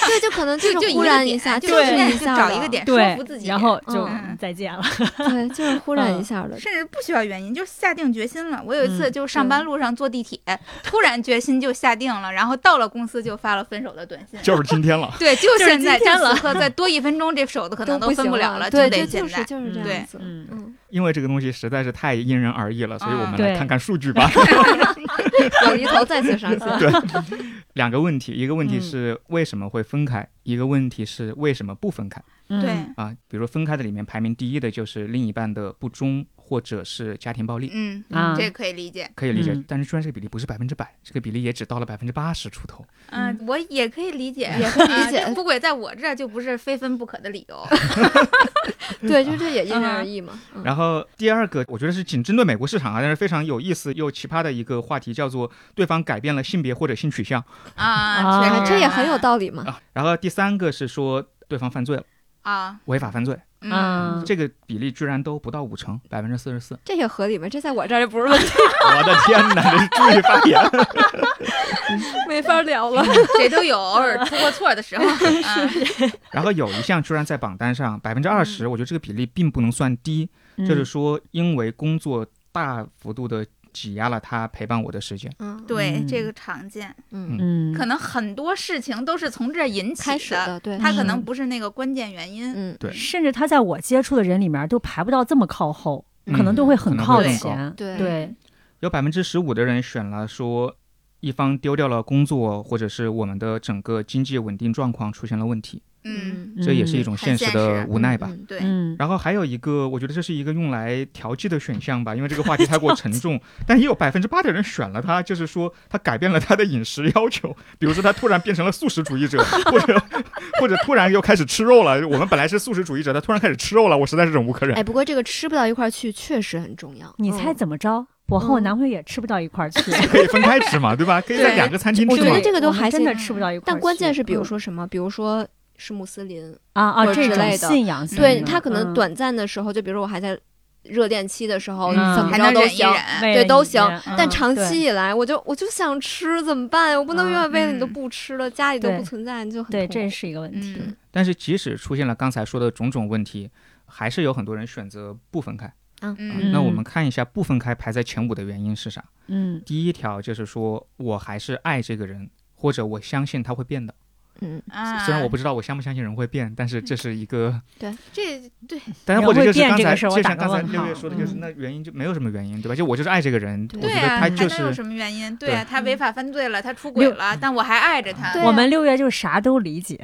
A: 对，就可能就
C: 就就
A: 是忽
C: 个
A: 然
C: 点
A: 一下，
C: 就是是
A: 一
C: 就
A: 下，
C: 找一个，点说
D: 对
C: 服自，己，
D: 然后就
C: 嗯
D: 再见了。
A: 对，就是忽然一
D: 嗯
A: 下的。
C: 甚至不需要原因，就是下定决心了。我有一次
D: 嗯
C: 就是上班路上坐地铁，突然决心就下定了，然后到了公司就发了分手的短信。
B: 就是今天了。
C: 对，就
D: 就是
C: 现在，就
D: 今天了
C: 此刻再多一分钟，这手的可能
A: 都不
C: 分
A: 行
C: 不了了，
A: 对，
C: 得
A: 这
C: 现
A: 就是
C: 在。
A: 就是这
D: 嗯
A: 样
C: 对
A: 子，
D: 嗯
A: 嗯，
B: 因为这个东西实在是太因人而异了，所以我
C: 啊
B: 们
D: 对
B: 来看看数据吧。
A: 有一头再次 上线，
B: 两个问题，一个问题
D: 嗯
B: 是为什么会分开，一个问题是为什么不分开
C: 对，
B: 啊？比如分开的里面排名第一的就是另一半的不忠或者是家庭暴力，
C: 嗯，
D: 啊，
C: 这可以理解。
B: 可以理解
D: 嗯，
B: 但是居然这个比例不是百分之百，这个比例也只到了百分之八十出头。
C: 嗯，我也可以理解，
A: 也可以理
C: 啊
A: 解
C: 这出轨在我这儿就不是非分不可的理由。
A: 对，就这也因人
C: 嗯
A: 而异嘛。嗯
B: 然后第二个，我觉得是仅针对美国市场啊，但是非常有意思又奇葩的一个话题，叫做对方改变了性别或者性取向
C: 啊，确
D: 啊
C: 实
A: 这也很有道理嘛。
B: 啊。然后第三个是说对方犯罪了，
C: 啊，
B: 违法犯罪，
C: 嗯，
D: 嗯，
B: 这个比例居然都不到五成，百分之四十四。
A: 这也合理嘛？这在我这儿也不是问 题，
B: 我的天哪，这是注意发言。
A: 没法聊了。
C: 谁都有偶尔出过错的时候。嗯是，
B: 然后有一项居然在榜单上百分之二
C: 嗯
B: 十，我觉得这个比例并不能算低，
D: 嗯
B: 就是说因为工作大幅度的挤压了他陪伴我的时间。
A: 嗯，
C: 对，
D: 嗯
C: 这个常见，
A: 嗯，
D: 嗯，
C: 可能很多事情都是从这儿引
A: 开
C: 起
A: 始的，对，
C: 它可
D: 嗯
C: 能不是那个关键原因。
A: 嗯，
B: 对
D: 甚至他在我接触的人里面都排不到这么靠后。可能都会很
B: 嗯可能
D: 靠
B: 会更
D: 前。
C: 对
D: 对，
B: 有百分之十五的人选了说一方丢掉了工作，或者是我们的整个经济稳定状况出现了问题，
C: 嗯，
B: 这也是一
D: 种
B: 种现
C: 很
B: 实
C: 现
B: 的
C: 实
B: 无奈吧。
A: 嗯
C: 对，
D: 嗯
B: 然后还有一个，我觉得这是一个用来调剂的选项吧，因为这个话题太过沉重。但也有百分之八的人选了它，就是说他改变了他的饮食要求，比如说他突然变成了素食主义者，或者或者突然又开始吃肉了。我们本来是素食主义者，他突然开始吃肉了，我实在是忍无可忍。
A: 哎，不过这个吃不到一块儿去确实很重要。
D: 你猜
A: 嗯
D: 怎么着？我和我
A: 嗯
D: 男朋友也吃不到一块儿去。
B: 可以分开吃嘛，对吧？可以在
C: 对
B: 两个餐 厅
A: 我
B: 吃
A: 觉得
B: 嘛
D: 对。
A: 这个都
D: 我们
A: 还
D: 真的
C: 行
D: 吃不到一块儿去。
A: 但关键是，比如
D: 嗯
A: 说什么，比如说是穆斯林，
D: 啊啊，
A: 或者
D: 这
A: 之
D: 种
A: 类的
D: 信仰性的，
A: 对他可能
D: 嗯
A: 短暂的时候，就比如我还在热恋期的时候，
D: 嗯
A: 怎么
C: 还
A: 着
C: 能
A: 都
C: 忍一
A: 行。
C: 忍，
D: 为
A: 哎对
D: 了
A: 都
D: 你
A: 行
D: 嗯
A: 但
C: 嗯
A: 长
D: 对
A: 期以来，我就我就想吃，怎么办呀？我不能永远为了你都
C: 嗯
A: 不吃了，家里都
D: 对
A: 不存在，你就很
D: 对，
A: 痛
D: 这
A: 苦
D: 是一个问题。
C: 嗯，
B: 但是即使出现了刚才说的种种问题，还是有很多人选择不分开。啊
C: 嗯
B: 那我们看一下不分开排在前五的原因是啥？
D: 嗯
B: 第一条就是说我还是爱这个人，或者我相信他会变的。
A: 嗯，
C: 啊，嗯
B: 虽然我不知道我相不相信人会变，但是这是一个，
C: 这对
B: 但
D: 人
B: 或者
D: 会
B: 就是
D: 变
B: 刚
D: 这个
B: 才，
D: 事儿
B: 就
D: 我打
B: 像
D: 个
B: 刚才
D: 问
B: 六
D: 号
B: 月说的，就是
D: 嗯
B: 那原因就没有什么原因，对吧？就我就是爱这个人，我
A: 对
B: 觉
C: 对
B: 得
C: 啊，
B: 他
C: 还
B: 就
C: 能有
B: 是
C: 什么原因？对啊，
B: 对
C: 他违法犯罪了，他出轨
D: 六
C: 了，但我还爱着他
A: 对。
D: 我
A: 啊
D: 们六月就是啥都理解，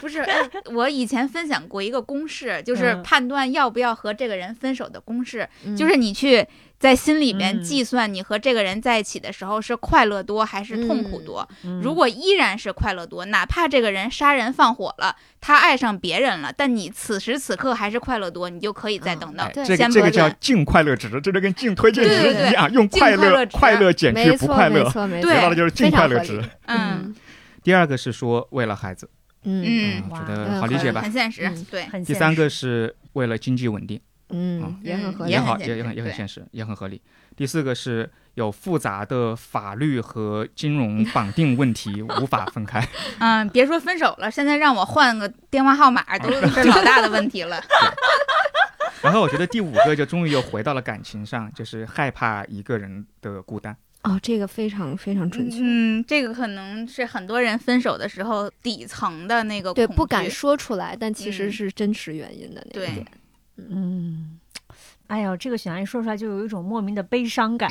C: 不是，哎，我以前分享过一个公式，就是
D: 嗯
C: 判断要不要和这个人分手的公式，
A: 嗯
C: 就是你去在心里
D: 嗯
C: 面计算你和这个人在一起的时候是快乐多还是痛苦多。
D: 嗯
C: 如果依然是快乐多，哪怕这个人杀人放火了，他爱上别人了，但你此时此刻还是快乐多，你就可以再等到
B: 哎
A: 对
B: 这个
C: 先
B: 这个
C: 不
B: 叫
C: 论
B: 净快乐值，这就跟净推荐
C: 对对
B: 值
C: 对
B: 一样，用
C: 净
B: 快
C: 快乐值
B: 快乐减
A: 没
B: 去不
A: 错
B: 快
A: 没
B: 乐，
A: 错没错
C: 对
B: 得，到的就是净
A: 非常
B: 快乐
A: 合
B: 值
A: 理。
C: 嗯
B: 第二个是说为了孩子，
A: 嗯
C: 嗯
B: 啊
D: 哇
B: 觉
A: 嗯
B: 得好理解吧
C: 很。现实
A: 嗯，
C: 对，
D: 很
B: 第
D: 现
B: 三
D: 实
B: 个是为了经济稳定，
A: 嗯，也很
C: 嗯
A: 合理
B: 也
C: 也。
B: 好，
C: 很现
B: 也也很
C: 实
B: 也很
C: 对
B: 现实，也很合理。第四个是有复杂的法律和金融绑定问 题无法分开。
C: 嗯，别说分手了，现在让我换个电话号码都是老大的问题了。
B: 然后我觉得第五个就终于又回到了感情上，就是害怕一个人的孤单。
A: 哦，这个非常非常准确。
C: 嗯，这个可能是很多人分手的时候底层的那个
A: 对，
C: 恐
A: 不敢
C: 惧
A: 说出来，但其实
C: 嗯
A: 是真实原因的那一
C: 对
A: 点。
D: 嗯，哎呦，这个选项一说出来就有一种莫名的悲 伤感。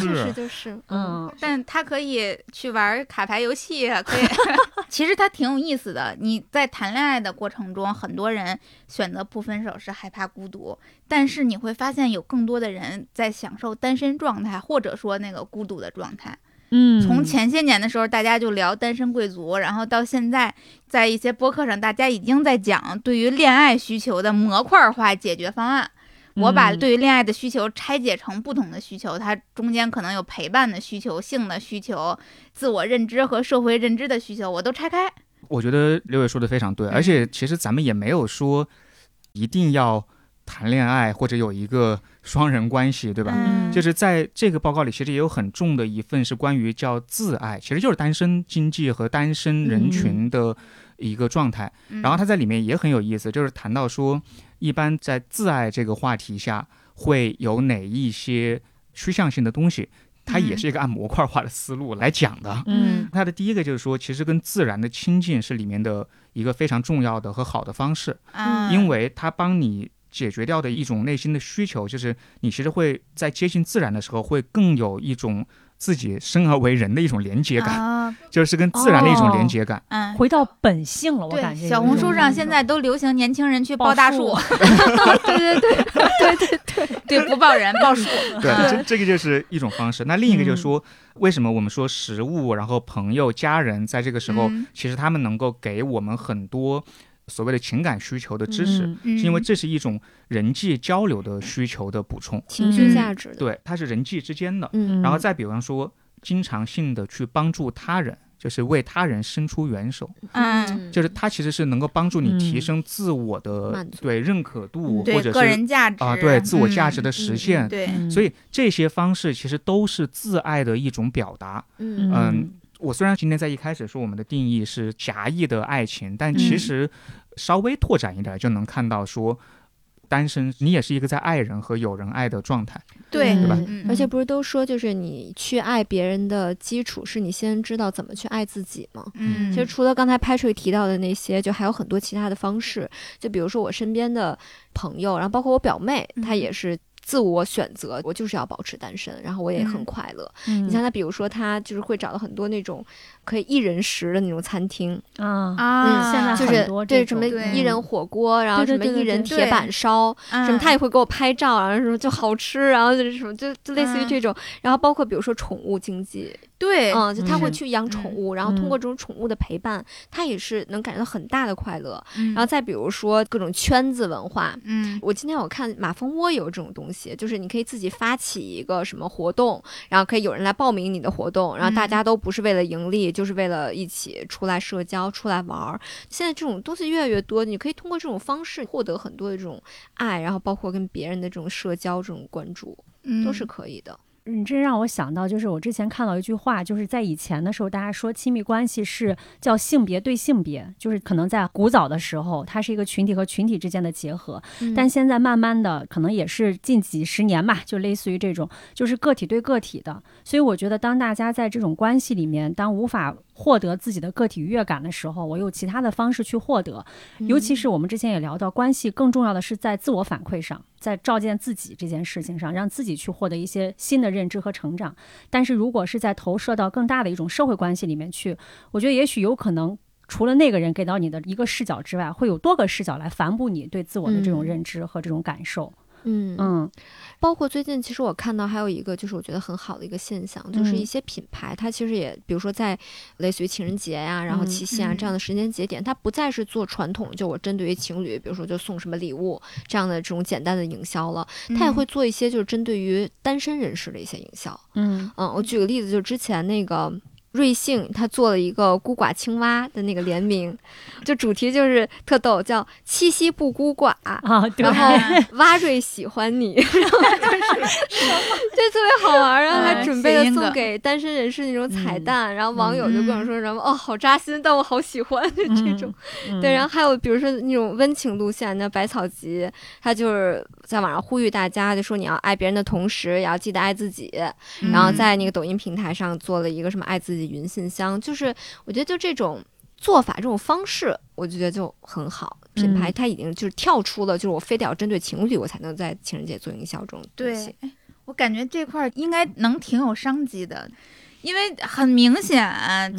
A: 确实就是，
D: 嗯，
C: 但他可以去玩卡牌游戏啊，可以。 其实他挺有意思的。你在谈恋爱的过程中，很多人选择不分手是害怕孤独，但是你会发现有更多的人在享受单身状态，或者说那个孤独的状态。
D: 嗯，
C: 从前些年的时候，大家就聊单身贵族，然后到现在，在一些播客上，大家已经在讲对于恋爱需求的模块化解决方案。我把
D: 嗯
C: 对于恋爱的需求拆解成不同的需求，它中间可能有陪伴的需求、性的需求、自我认知和社会认知的需求，我都拆开。
B: 我觉得刘伟说的非常对，
C: 嗯
B: 而且其实咱们也没有说一定要谈恋爱或者有一个双人关系，对吧？
D: 嗯
B: 就是在这个报告里，其实也有很重的一份是关于叫自爱，其实就是单身经济和单身
C: 嗯
B: 人群的一个状态。然后他在里面也很有意思，就是谈到说，一般在自爱这个话题下会有哪一些趋向性的东西，它也是一个按模块化的思路来讲的。
D: 嗯
B: 它的第一个就是说，其实跟自然的亲近是里面的一个非常重要的和好的方式。
C: 嗯，
B: 因为它帮你解决掉的一种内心的需求，就是你其实会在接近自然的时候，会更有一种自己生而为人的一种连接感，
C: 啊，
B: 就是跟自然的一种连接感。
C: 嗯，
D: 回到本性了，我感觉
C: 对，小红书上现
D: 在。
C: 在都流行年轻人去
D: 抱
C: 抱大
D: 树
C: 树，
A: 对对对对对对，
C: 对，不抱人，抱树。
B: 对，
C: 嗯
B: 这这个就是一种方式。那另一个就是说，为什么我们说食物，然后朋友、家人，在这个时候，
C: 嗯
B: 其实他们能够给我们很多所谓的情感需求的支持，
D: 嗯
B: 是因为这是一种人际交流的需求的补充。
A: 情绪
D: 嗯
A: 价值的，
B: 对，它是人际之间的。
A: 嗯
B: 然后再比方说，经常性的去帮助他人，就是为他人伸出援手，
C: 嗯，
B: 就是它其实是能够帮助你提
D: 嗯
B: 升自我的、
A: 满足
B: 对认可度，
A: 嗯
B: 或
C: 对
B: 者
C: 个
B: 是
C: 人价值
B: 啊、对自我价值
C: 的，
B: 的实
A: 嗯
B: 现。
C: 对，
D: 嗯
B: 所以这些方式其实都是自爱的一种表达。
A: 嗯
D: 嗯
B: 嗯我虽然今天在一开始说我们的定义是狭义的爱情，但其
C: 嗯
B: 实稍微拓展一点就能看到说，单身你也是一个在爱人和有人爱的状态。
C: 对
B: 对吧
C: 嗯
A: 而且不是都说，就是你去爱别人的基础是你先知道怎么去爱自己吗？
C: 嗯，
A: 其实除了刚才 Patrick 提到的那些，就还有很多其他的方式，就比如说我身边的朋友，然后包括我表妹，
C: 嗯
A: 她也是自我选择，我就是要保持单身，然后我也很快乐。
D: 嗯
A: 你像他，比如说他就是会找到很多那种可以一人食的那种餐厅，
D: 啊，
C: 啊，
D: 现在
A: 就
D: 很
A: 是
D: 多这
A: 对什
D: 种
A: 么
C: 对
A: 一人火锅，然后
D: 对
A: 什
D: 对
A: 么
D: 对
A: 一
D: 对
A: 人
D: 对嗯
A: 铁板烧，什么他
C: 也
A: 也会给我拍照，然后什么就好吃，然后就是什么就就类似于
C: 嗯
A: 这种，然后包括比如说宠物经济，
C: 对，
A: 嗯，就他会
D: 嗯
A: 去养宠物，然后通过这种宠物的陪伴，他也是能感觉到很大的快乐。
C: 嗯
A: 然后再比如说各种圈子文化。
C: 嗯
A: 我今天我看马蜂窝有这种东西，就是你可以自己发起一个什么活动，然后可以有人来报名你的活动，然后大
C: 嗯
A: 家都不是为了盈利，就是为了一起出来社交、出来玩儿。现在这种东西越来越多，你可以通过这种方式获得很多的这种爱，然后包括跟别人的这种社交、这种关注，
C: 嗯
A: 都是可以的。
D: 你嗯这让我想到，就是我之前看到一句话，就是在以前的时候，大家说亲密关系是叫性别对性别，就是可能在古早的时候，它是一个群体和群体之间的结合，
A: 嗯
D: 但现在慢慢的，可能也是近几十年吧，就类似于这种，就是个体对个体的。所以我觉得，当大家在这种关系里面，当无法获得自己的个体愉悦感的时候，我有其他的方式去获得。
A: 嗯
D: 尤其是我们之前也聊到，关系更重要的是在自我反馈上，在照见自己这件事情上，让自己去获得一些新的认知和成长。但是如果是在投射到更大的一种社会关系里面去，我觉得也许有可能。除了那个人给到你的一个视角之外，会有多个视角来反哺你对自我的这种
A: 嗯
D: 认知和这种感受。
A: 嗯
D: 嗯
A: 包括最近，其实我看到还有一个，就是我觉得很好的一个现象，就是
D: 嗯
A: 一些品牌，它其实也，比如说在类似于情人节呀、然后
D: 嗯
A: 七夕啊、
C: 嗯
A: 这样的时间节点，它不再是做传统，就我针对于情侣，比如说就送什么礼物这样的这种简单的营销了，它也
C: 嗯
A: 会做一些就是针对于单身人士的一些营销。
D: 嗯
A: 嗯，我举个例子，就之前那个瑞幸，它做了一个孤寡青蛙的那个联名，就主题就是特逗，叫“七夕不孤寡”。
D: 啊，对
A: 然，后蛙瑞喜欢你，然后就是这特别好玩儿啊！
C: 哎
A: 还准备了
C: 谐音梗
A: 送给单身人士那种彩蛋，然后网友就跟我说什么、哦，好扎心，但我好喜欢就这种。
D: 嗯
A: 对，然后还有比如说那种温情路线的百草集，他就是在网上呼吁大家，就说你要爱别人的同时，也要记得爱自己。
C: 嗯
A: 然后在那个抖音平台上做了一个什么爱自己云信箱，就是我觉得就这种做法、这种方式，我就觉得就很好。品牌
D: 嗯
A: 它已经就是跳出了，就是我非得要针对情侣，我才能在情人节做营销这种东西嗯
C: 对，，哎我感觉这块儿应该能挺有商机的。因为很明显，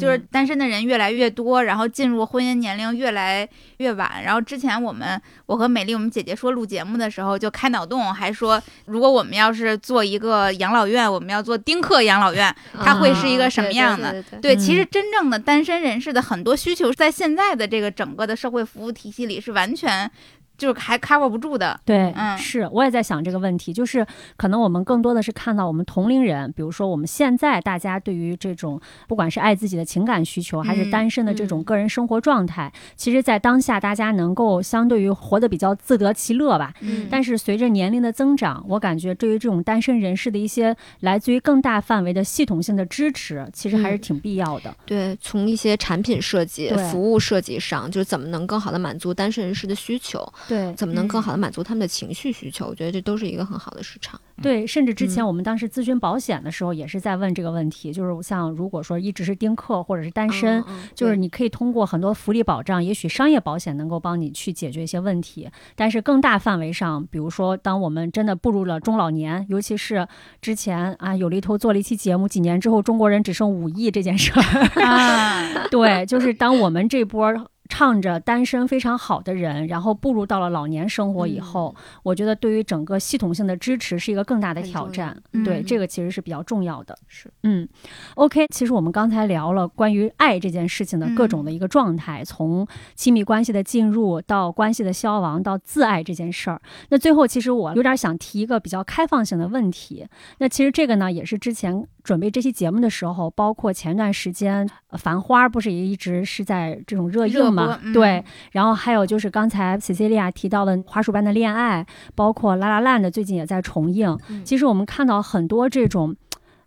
C: 就是
A: 嗯
C: 单身的人越来越多，然后进入婚姻年龄越来越晚。然后之前我们，我和美丽我们姐姐说录节目的时候就开脑洞，还说如果我们要是做一个养老院，我们要做丁克养老院。它
D: 会是
C: 一个
A: 啊
C: 什么
A: 对对
C: 样的
A: 对对对
C: 对，
D: 嗯
C: 其实真正的单身人士的很多需求，在现在的这个整个的社会服务体系里是完全就是还 cover 不住的。
D: 对，
C: 嗯
D: 是，我也在想这个问题，就是可能我们更多的是看到我们同龄人，比如说我们现在大家对于这种不管是爱自己的情感需求，还是
C: 嗯
D: 单身的这
A: 嗯
D: 种个人生活状态，其实，在当下大家能够相对于活得比较自得其乐吧。
A: 嗯
D: 但是随着年龄的增长，我感觉对于这种单身人士的一些来自于更大范围的系统性的支持，其实还是
A: 嗯
D: 挺必要的。
A: 对，从一些产品设计
D: 对、
A: 服务设计上，就是怎么能更好的满足单身人士的需求，
D: 对，
A: 怎么能更
C: 嗯
A: 好的满足他们的情绪需求，我觉得这都是一个很好的市场。
D: 对，甚至之前
A: 嗯
D: 我们当时咨询保险的时候，也是在问这个问题，就是像如果说一直是丁克或者是单身，
A: 嗯，嗯
D: 就是
A: 对
D: 你可以通过很多福利保障，也许商业保险能够帮你去解决一些问题，但是更大范围上，比如说当我们真的步入了中老年，尤其是之前啊有了一头做了一期节目，几年之后中国人只剩五亿这件事儿，
C: 啊，
D: 对，就是当我们这波唱着单身非常好的人，然后步入到了老年生活
A: 嗯
D: 以后，我觉得对于整个系统性的支持是一个更大的
A: 很
D: 挑
A: 重
D: 战。
C: 要
D: 对，
C: 嗯
D: 这个其实是比较重要的。
A: 是，
D: 嗯，OK，其实我们刚才聊了关于爱这件事情的各种
C: 嗯
D: 的一个状态，从亲密关系的进入到关系的消亡，到自爱这件事儿。那最后，其实我有点想提一个比较开放性的问题。那其实这个呢，也是之前准备这期节目的时候，包括前段时间呃《繁花》不是也一直是在这种热
C: 热
D: 映嘛
C: 播？嗯
D: 对。然后还有就是刚才 Cecilia 提到的《花束般的恋爱》，包括《La La Land》最近也在重映。
A: 嗯
D: 其实我们看到很多这种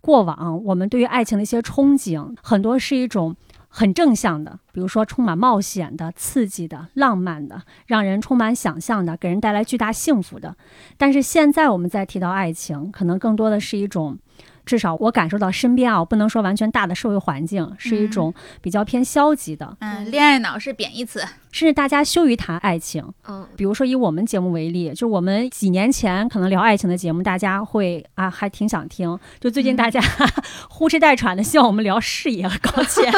D: 过往，我们对于爱情的一些憧憬，很多是一种。很正向的，比如说充满冒险的、刺激的、浪漫的，让人充满想象的，给人带来巨大幸福的。但是现在我们在提到爱情，可能更多的是一种至少我感受到身边啊，我不能说完全大的社会环境是一种比较偏消极的，
C: 嗯，恋爱脑是贬义词，
D: 甚至大家羞于谈爱情。
A: 嗯，
D: 比如说以我们节目为例，就我们几年前可能聊爱情的节目，大家会啊还挺想听。就最
C: 嗯
D: 近大家、呼哧带喘的希望我们聊事业和搞钱。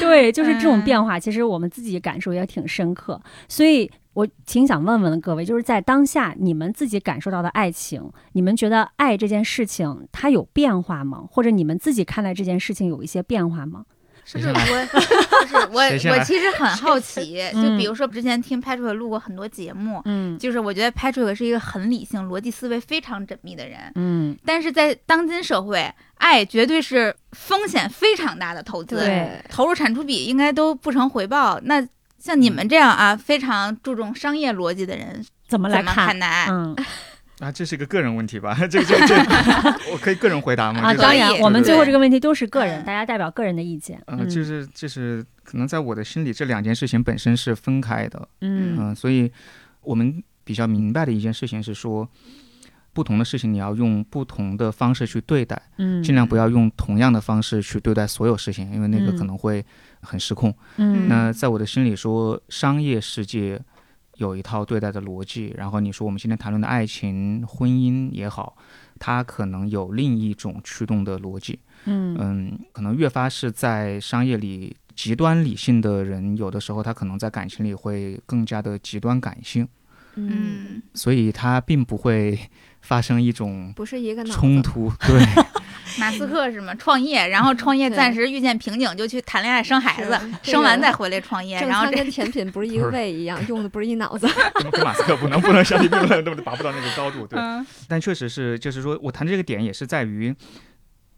D: 对，就是这种变
C: 嗯
D: 化，其实我们自己感受也挺深刻。所以我挺想问问各位，就是在当下你们自己感受到的爱情，你们觉得爱这件事情它有变化吗？或者你们自己看待这件事情有一些变化吗？
C: 是
B: 谁
C: 不是
B: 先
C: 我？
B: 来？谁
C: 就是我，
B: 先来
C: 我其实很好奇，
D: 嗯
C: 就比如说之前听 Patrick 录过很多节目，
D: 嗯
C: 就是我觉得 Patrick 是一个很理性、逻辑思维非常缜密的人，
D: 嗯，
C: 但是在当今社会，爱绝对是风险非常大的投资，
D: 对
A: 对，
C: 投入产出比应该都不成回报。那像你
D: 嗯
C: 们这样啊，非常注重商业逻辑的人，
D: 怎么
C: 怎
D: 来
C: 么
D: 看？
C: 看待爱？
D: 嗯
B: 啊，这是一个个人问题吧？ 这个这个这个，我嗯可以个人回答吗？
D: 啊，
B: 就是
D: 当
C: 可
D: 然，
C: 以
D: 我们
B: 对
D: 最后这个问题都是个人，
C: 嗯
D: 大家代表个人的意见。嗯
B: 呃，就是是就是，可能在我的心里，这两件事情本身是分开的。
D: 嗯
B: 嗯、所以我们比较明白的一件事情是说，不同的事情你要用不同的方式去对待，
D: 嗯，
B: 尽量不要用同样的方式去对待所有事情，因为那个
D: 嗯
B: 可能会很失控。
D: 嗯
B: 那在我的心里说，商业世界有一套对待的逻辑，然后你说我们今天谈论的爱情、婚姻也好，它可能有另一种驱动的逻辑。
D: 嗯
B: 嗯，可能越发是在商业里极端理性的人，有的时候他可能在感情里会更加的极端感性，
D: 嗯
C: 嗯，
B: 所以他并不会发生一种
A: 不是一个脑子
B: 冲突。对，
C: 马斯克是吗？创 业，然后创业
A: 对
C: 暂时遇见瓶颈，就去谈恋爱、生孩子，
A: 是
C: 生完再回来创业，
A: 正
C: 然后
A: 餐
C: 这
A: 跟甜品不是一个胃一样，用的不是一脑子。
B: 怎么跟马斯克不能不能相提并论，根本达不到那个高度。对，
C: 嗯
B: 但确实是，就是说我谈这个点也是在于。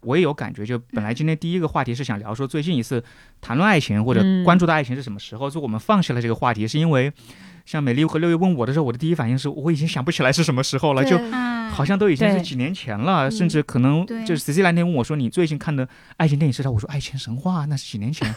B: 我也有感觉，就本来今天第一个话题是想聊说最近一次谈论爱情或者
D: 嗯
B: 关注到爱情是什么时候，所以我们放弃了这个话题，是因为像美丽和六月问我的时候，我的第一反应是我已经想不起来是什么时候了，就
A: 对
C: 嗯，
B: 好像都已经是
D: 对
B: 几年前了，
A: 嗯
B: 甚至可能
C: 对
B: 就是 C C 那天问我说你最近看的爱情电影是啥？我说《爱情神话》，那是几年前，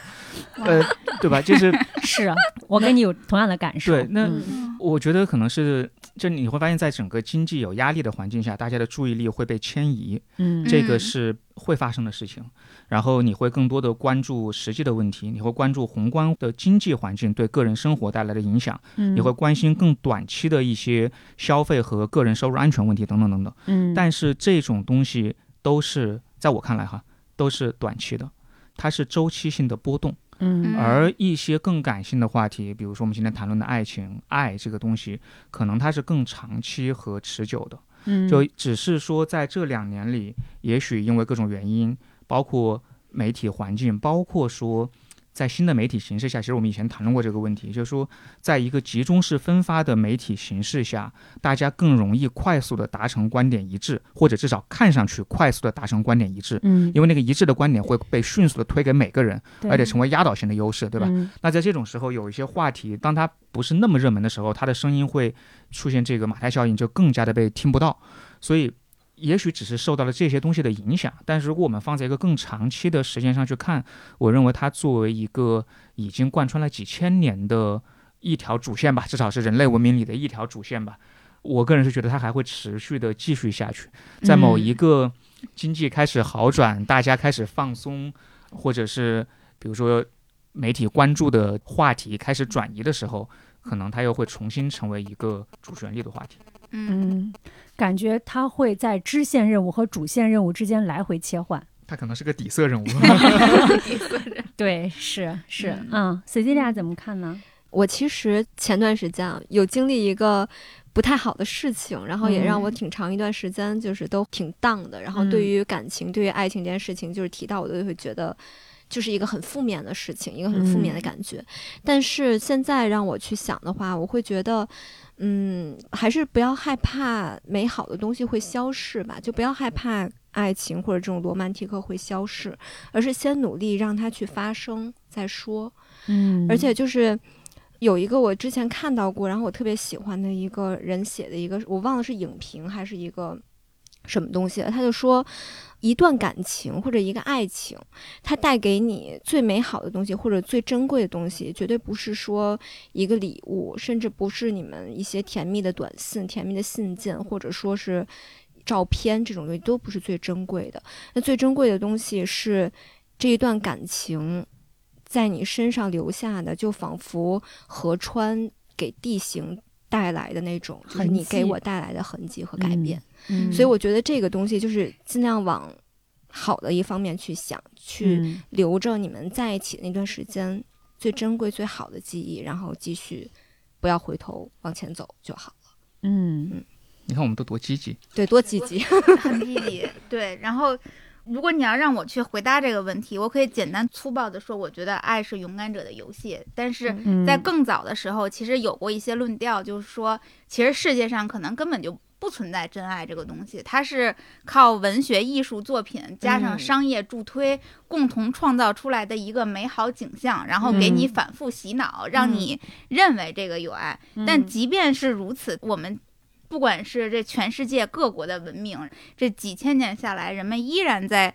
B: 呃，对吧？就是
D: 是啊我跟你有同样的感受。
B: 对那
D: 嗯
C: 嗯
B: 我觉得可能是，就你会发现在整个经济有压力的环境下，大家的注意力会被迁移，
D: 嗯
B: 这个
C: 嗯
B: 是会发生的事情。然后你会更多的关注实际的问题，你会关注宏观的经济环境对个人生活带来的影响，
D: 嗯
B: 你会关心更短期的一些消费和个人收入安全问题等等等等。
D: 嗯，
B: 但是这种东西都是在我看来哈，都是短期的，它是周期性的波动。
D: 嗯
C: 嗯
B: 而一些更感性的话题，比如说我们今天谈论的爱情，爱这个东西，可能它是更长期和持久的。
D: 嗯
B: 就只是说在这两年里，也许因为各种原因，包括媒体环境，包括说。在新的媒体形式下，其实我们以前谈论过这个问题，就是说，在一个集中式分发的媒体形式下，大家更容易快速的达成观点一致，或者至少看上去快速的达成观点一致，
D: 嗯，
B: 因为那个一致的观点会被迅速的推给每个人，
D: 对
B: 而且成为压倒性的优势，对吧？
D: 嗯
B: 那在这种时候，有一些话题，当它不是那么热门的时候，它的声音会出现这个马太效应，就更加的被听不到。所以，也许只是受到了这些东西的影响，但是如果我们放在一个更长期的时间上去看，我认为它作为一个已经贯穿了几千年的一条主线吧，至少是人类文明里的一条主线吧。我个人是觉得它还会持续的继续下去，在某一个经济开始好转，大家开始放松，或者是比如说媒体关注的话题开始转移的时候，可能它又会重新成为一个主旋律的话题。
C: 嗯
D: 嗯，感觉它会在支线任务和主线任务之间来回切换。
B: 它可能是个底色任务。
D: 对，是是
C: 嗯，
D: 嗯，c 嗯 i 利亚怎么看呢？
A: 我其实前段时间啊，有经历一个不太好的事情，然后也让我挺长一段时间就是都挺荡的，然后对于感情、对于爱情这件事情，就是提到我就会觉得。就是一个很负面的事情，一个很负面的感觉。但是现在让我去想的话，我会觉得，嗯，还是不要害怕美好的东西会消逝吧，就不要害怕爱情或者这种罗曼蒂克会消逝，而是先努力让它去发生再说。
D: 嗯
A: 而且就是有一个我之前看到过，然后我特别喜欢的一个人写的一个，我忘了是影评还是一个什么东西了，他就说。一段感情或者一个爱情，它带给你最美好的东西或者最珍贵的东西，绝对不是说一个礼物，甚至不是你们一些甜蜜的短信、甜蜜的信件，或者说是照片这种东西都不是最珍贵的。那最珍贵的东西是这一段感情在你身上留下的，就仿佛河川给地形带来的那种，就是你
D: 痕迹
A: 给我带来的痕迹和改
D: 嗯
A: 变。
D: 嗯
A: 所以我觉得这个东西就是尽量往好的一方面去想，去
D: 嗯
A: 留着你们在一起的那段时间最珍贵、最好的记忆，然后继续不要回头往前走就好了。
D: 嗯
B: 你看我们都多积极，
A: 对，多积极。
C: 很积极。对，然后如果你要让我去回答这个问题，我可以简单粗暴的说，我觉得爱是勇敢者的游戏。但是
A: 嗯
D: 嗯
C: 在更早的时候，其实有过一些论调，就是说，其实世界上可能根本就不存在真爱这个东西，它是靠文学艺术作品加上
A: 嗯
C: 商业助推，共同创造出来的一个美好景象，然后给你
D: 嗯
C: 反复洗脑，让
A: 嗯
C: 你认为这个有爱。但即便是如此，我们不管是这全世界各国的文明，这几千年下来，人们依然在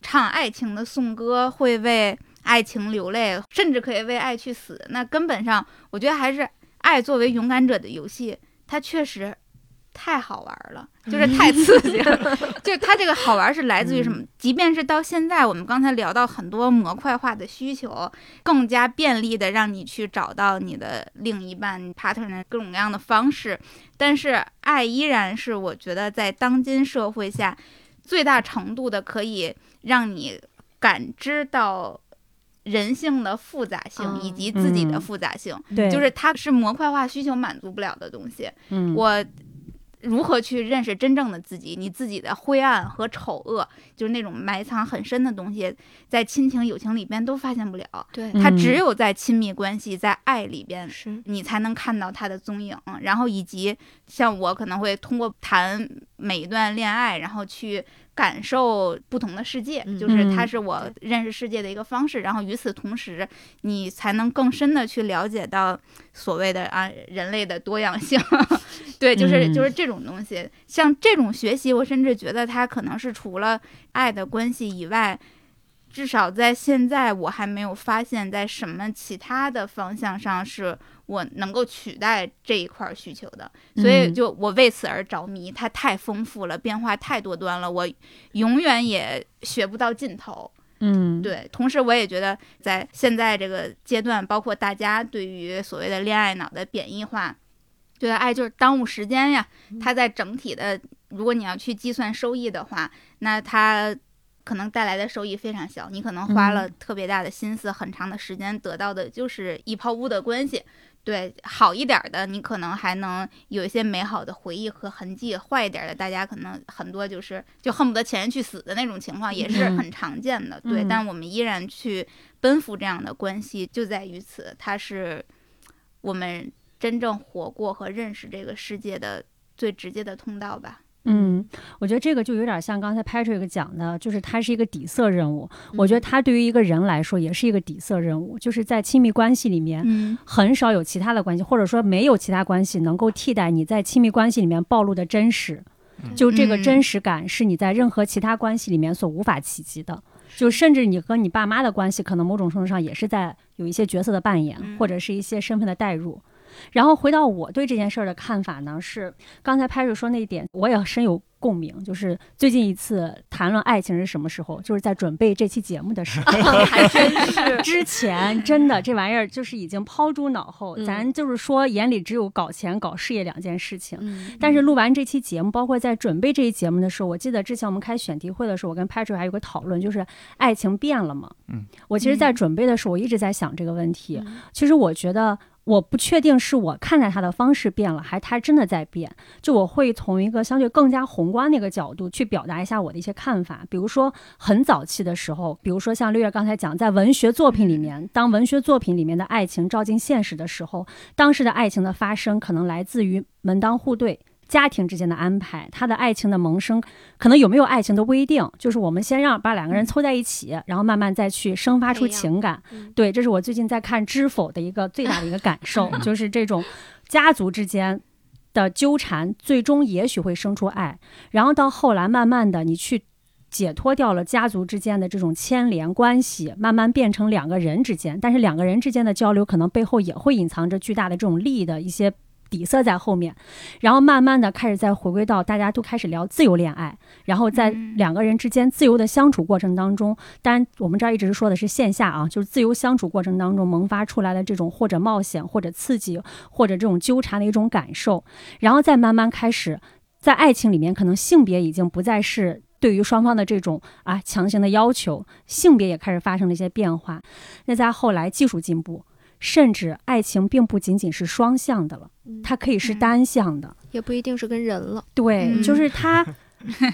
C: 唱爱情的颂歌，会为爱情流泪，甚至可以为爱去死。那根本上，我觉得还是爱作为勇敢者的游戏，它确实。太好玩了，就是太刺激了，就是它这个好玩是来自于什么？即便是到现在，我们刚才聊到很多模块化的需求，更加便利的让你去找到你的另一半 partner 的各种各样的方式，但是爱依然是我觉得在当今社会下最大程度的可以让你感知到人性的复杂性
A: 嗯
C: 以及自己的
D: 嗯
C: 复杂性，
D: 对
C: 就是它是模块化需求满足不了的东西。
D: 嗯
C: 我如何去认识真正的自己？你自己的灰暗和丑恶，就是那种埋藏很深的东西，在亲情、友情里边都发现不了。
A: 对，
D: 嗯
C: 它只有在亲密关系、在爱里边，
A: 是
C: 你才能看到它的踪影。然后以及像我可能会通过谈每一段恋爱，然后去感受不同的世界，
A: 嗯
C: 就是它是我认识世界的一个方式。然后与此同时，你才能更深的去了解到所谓的啊人类的多样性。 对，就是
D: 嗯
C: 就是这种东西。像这种学习，我甚至觉得它可能是除了爱的关系以外。至少在现在，我还没有发现，在什么其他的方向上是我能够取代这一块儿需求的，所以
D: 嗯
C: 就我为此而着迷，它太丰富了，变化太多端了，我永远也学不到尽头。
D: 嗯
C: 对，同时我也觉得，在现在这个阶段，包括大家对于所谓的恋爱脑的贬义化，觉得爱就是耽误时间呀。
D: 嗯
C: 它在整体的，如果你要去计算收益的话，那它可能带来的收益非常小，你可能花
D: 嗯
C: 了特别大的心思、很长的时间，得到的就是一泡污的关系。对，好一点儿的，你可能还能有一些美好的回忆和痕迹；坏一点儿的，大家可能很多就是就恨不得前人去死的那种情况，也是
D: 嗯
C: 很常见的。对，
D: 嗯
C: 但我们依然去奔赴这样的关系，就在于此，它是我们真正活过和认识这个世界的最直接的通道吧。
D: 嗯，我觉得这个就有点像刚才 Patrick 讲的，就是它是一个底色任务。我
A: 嗯
D: 觉得它对于一个人来说也是一个底色任务，就是在亲密关系里面。
C: 嗯，
D: 很少有其他的关系，或者说没有其他关系能够替代你在亲密关系里面暴露的真实，
B: 嗯
D: 就这个
C: 嗯
D: 真实感是你在任何其他关系里面所无法企及的。
C: 嗯
D: 就甚至你和你爸妈的关系，可能某种程度上也是在有一些角色的扮演，
C: 嗯
D: 或者是一些身份的代入。然后回到我对这件事儿的看法呢，是刚才拍瑞说那一点，我也深有共鸣。就是最近一次谈论爱情是什么时候？就是在准备这期节目的时候，
A: 还真是
D: 之前真的这玩意儿就是已经抛诸脑后，
A: 嗯
D: 咱就是说眼里只有搞钱、搞事业两件事情。
A: 嗯，
D: 但是录完这期节目，包括在准备这一节目的时候，我记得之前我们开选题会的时候，我跟 Patrick 还有个讨论，就是爱情变了吗？
B: 嗯，
D: 我其实，在准备的时候，我一直在想这个问题。其实我觉得。我不确定是我看待它的方式变了，还是它真的在变。就我会从一个相对更加宏观的一个角度去表达一下我的一些看法。比如说，很早期的时候，比如说像六月刚才讲，在文学作品里
B: 嗯
D: 面，当文学作品里面的爱情照进现实的时候，当时的爱情的发生可能来自于门当户对。家庭之间的安排，他的爱情的萌生，可能有没有爱情都不一定。就是我们先让把两个人凑在一起，然后慢慢再去生发出
A: 嗯培养
D: 情感。
A: 嗯
D: 对，这是我最近在看《知否》的一个最大的一个感 受，就是这种家族之间的纠缠，最终也许会生出爱。然后到后来，慢慢的你去解脱掉了家族之间的这种牵连关系，慢慢变成两个人之间，但是两个人之间的交流，可能背后也会隐藏着巨大的这种利益的一些。底色在后面，然后慢慢的开始再回归到大家都开始聊自由恋爱，然后在
C: 嗯
D: 两个人之间自由的相处过程当中，当然我们这儿一直说的是线下啊，就是自由相处过程当中萌发出来的这种或者冒险或者刺激或者这种纠缠的一种感受，然后再慢慢开始在爱情里面，可能性别已经不再是对于双方的这种啊强行的要求，性别也开始发生了一些变化。那在后来技术进步，甚至爱情并不仅仅是双向的了，它可以是
C: 嗯
D: 单向的。
A: 也不一定是跟人了。
D: 对，
C: 嗯
D: 就是 他，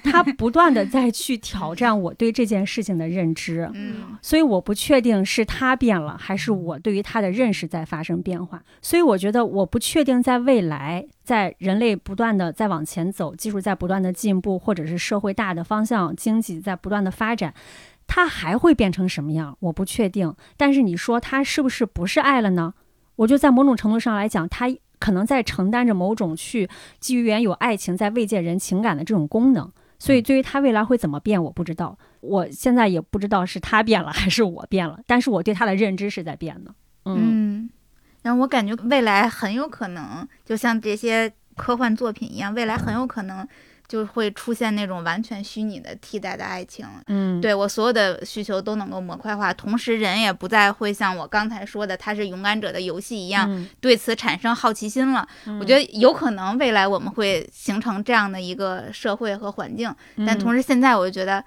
D: 他不断的在去挑战我对这件事情的认知。
C: 嗯
D: 所以我不确定是他变了，还是我对于他的认识在发生变化。所以我觉得我不确定，在未来，在人类不断的在往前走，技术在不断的进步，或者是社会大的方向，经济在不断的发展。它还会变成什么样？我不确定。但是你说它是不是不是爱了呢？我就在某种程度上来讲，它可能在承担着某种去基于原有爱情在慰藉人情感的这种功能。所以，对于它未来会怎么变，我不知道。我现在也不知道是他变了还是我变了，但是我对他的认知是在变的。嗯，
C: 嗯，然后我感觉未来很有可能，就像这些科幻作品一样，未来很有可能就会出现那种完全虚拟的替代的爱情。
D: 嗯，
C: 对我所有的需求都能够模块化，同时人也不再会像我刚才说的，它是勇敢者的游戏一样，
D: 嗯，
C: 对此产生好奇心了。我觉得有可能未来我们会形成这样的一个社会和环境，
D: 嗯，
C: 但同
D: 时
C: 时现在我就觉得，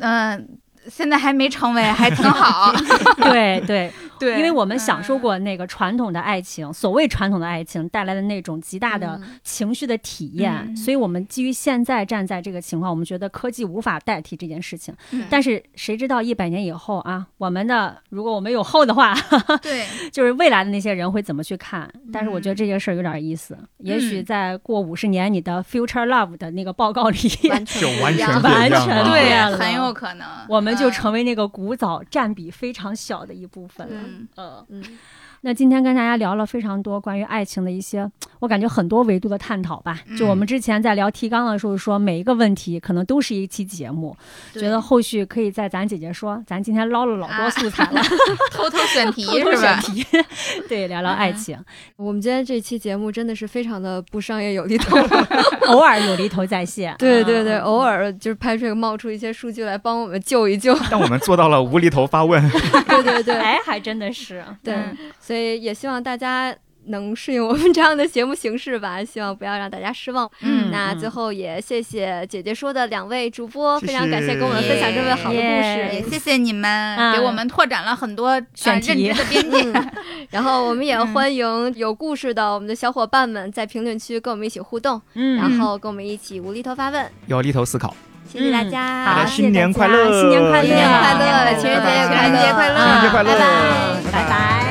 C: 嗯、现在还没成为，还挺 好。
D: 对对，
C: 对嗯
D: 因为我们享受过那个传统的爱情，所谓传统的爱情带来的那种极大的情绪的体验，
C: 嗯
D: 所以我们基于现在站在这个情况，我们觉得科技无法代替这件事情。
C: 嗯
D: 但是谁知道一百年以后啊，我们的如果我们有后的话，
C: 对，
D: 就是未来的那些人会怎么去看？但是我
C: 嗯
D: 觉得这件事儿有点意思，也许在过五十年，你的 future love 的那个报告里，
C: 嗯
A: 完全
B: 就完全
D: 不一样
B: 不一样啊
D: 完全
B: 了
D: 不一
C: 对
D: 样，
C: 很有可能，
D: 我们就
C: 嗯
D: 成为那个古早占比非常小的一部分了。
C: 嗯
D: 嗯，
A: 嗯，
D: 那今天跟大家聊了非常多关于爱情的一些，我感觉很多维度的探讨吧。就我们之前在聊提纲的时候说，每一个问题可能都是一期节目，
C: 对
D: 觉得后续可以在咱姐姐说，咱今天捞了老多
C: 啊
D: 素材了，
C: 偷偷选题
D: 偷偷
C: 是
D: 选
C: 吧？
D: 题，对，聊聊爱情，
A: 我们今天这期节目真的是非常的不商业有力头。
D: 偶尔有厘头在 线。
A: 对对对，
D: 嗯
A: 偶尔就是 Patrick 冒出一些数据来帮我们救一救。
B: 但我们做到了无厘头发问。
A: 对对对
D: 哎，还真的是，
A: 对
C: 嗯，
A: 所以也希望大家能适应我们这样的节目形式吧， 希望不要让大家失望。
D: 嗯
A: 那最后也谢谢姐姐说的两位主播，
B: 谢
A: 非常感谢跟我们分享这么好的故
D: 耶
A: 事
C: 也。谢谢你们
D: 嗯
C: 给我们拓展了很多呃
D: 选
C: 认
D: 题
C: 知的边 界。
A: 然后我们也欢迎有故事的我们的小伙伴们在评论区跟我们一起互动，
D: 嗯
A: 然后跟我们一起无厘头发问。
B: 有厘头思考，
A: 谢谢大家，
D: 嗯好
B: 大家
D: 谢谢
B: 新年
D: 大
B: 快
D: 家
B: 乐，
D: 新年快乐啊
A: 新年快乐，
C: 新
A: 情人节
C: 年快乐
A: 快乐，
C: 情人节快乐
B: 情人节快乐，
A: 拜拜
D: 拜拜。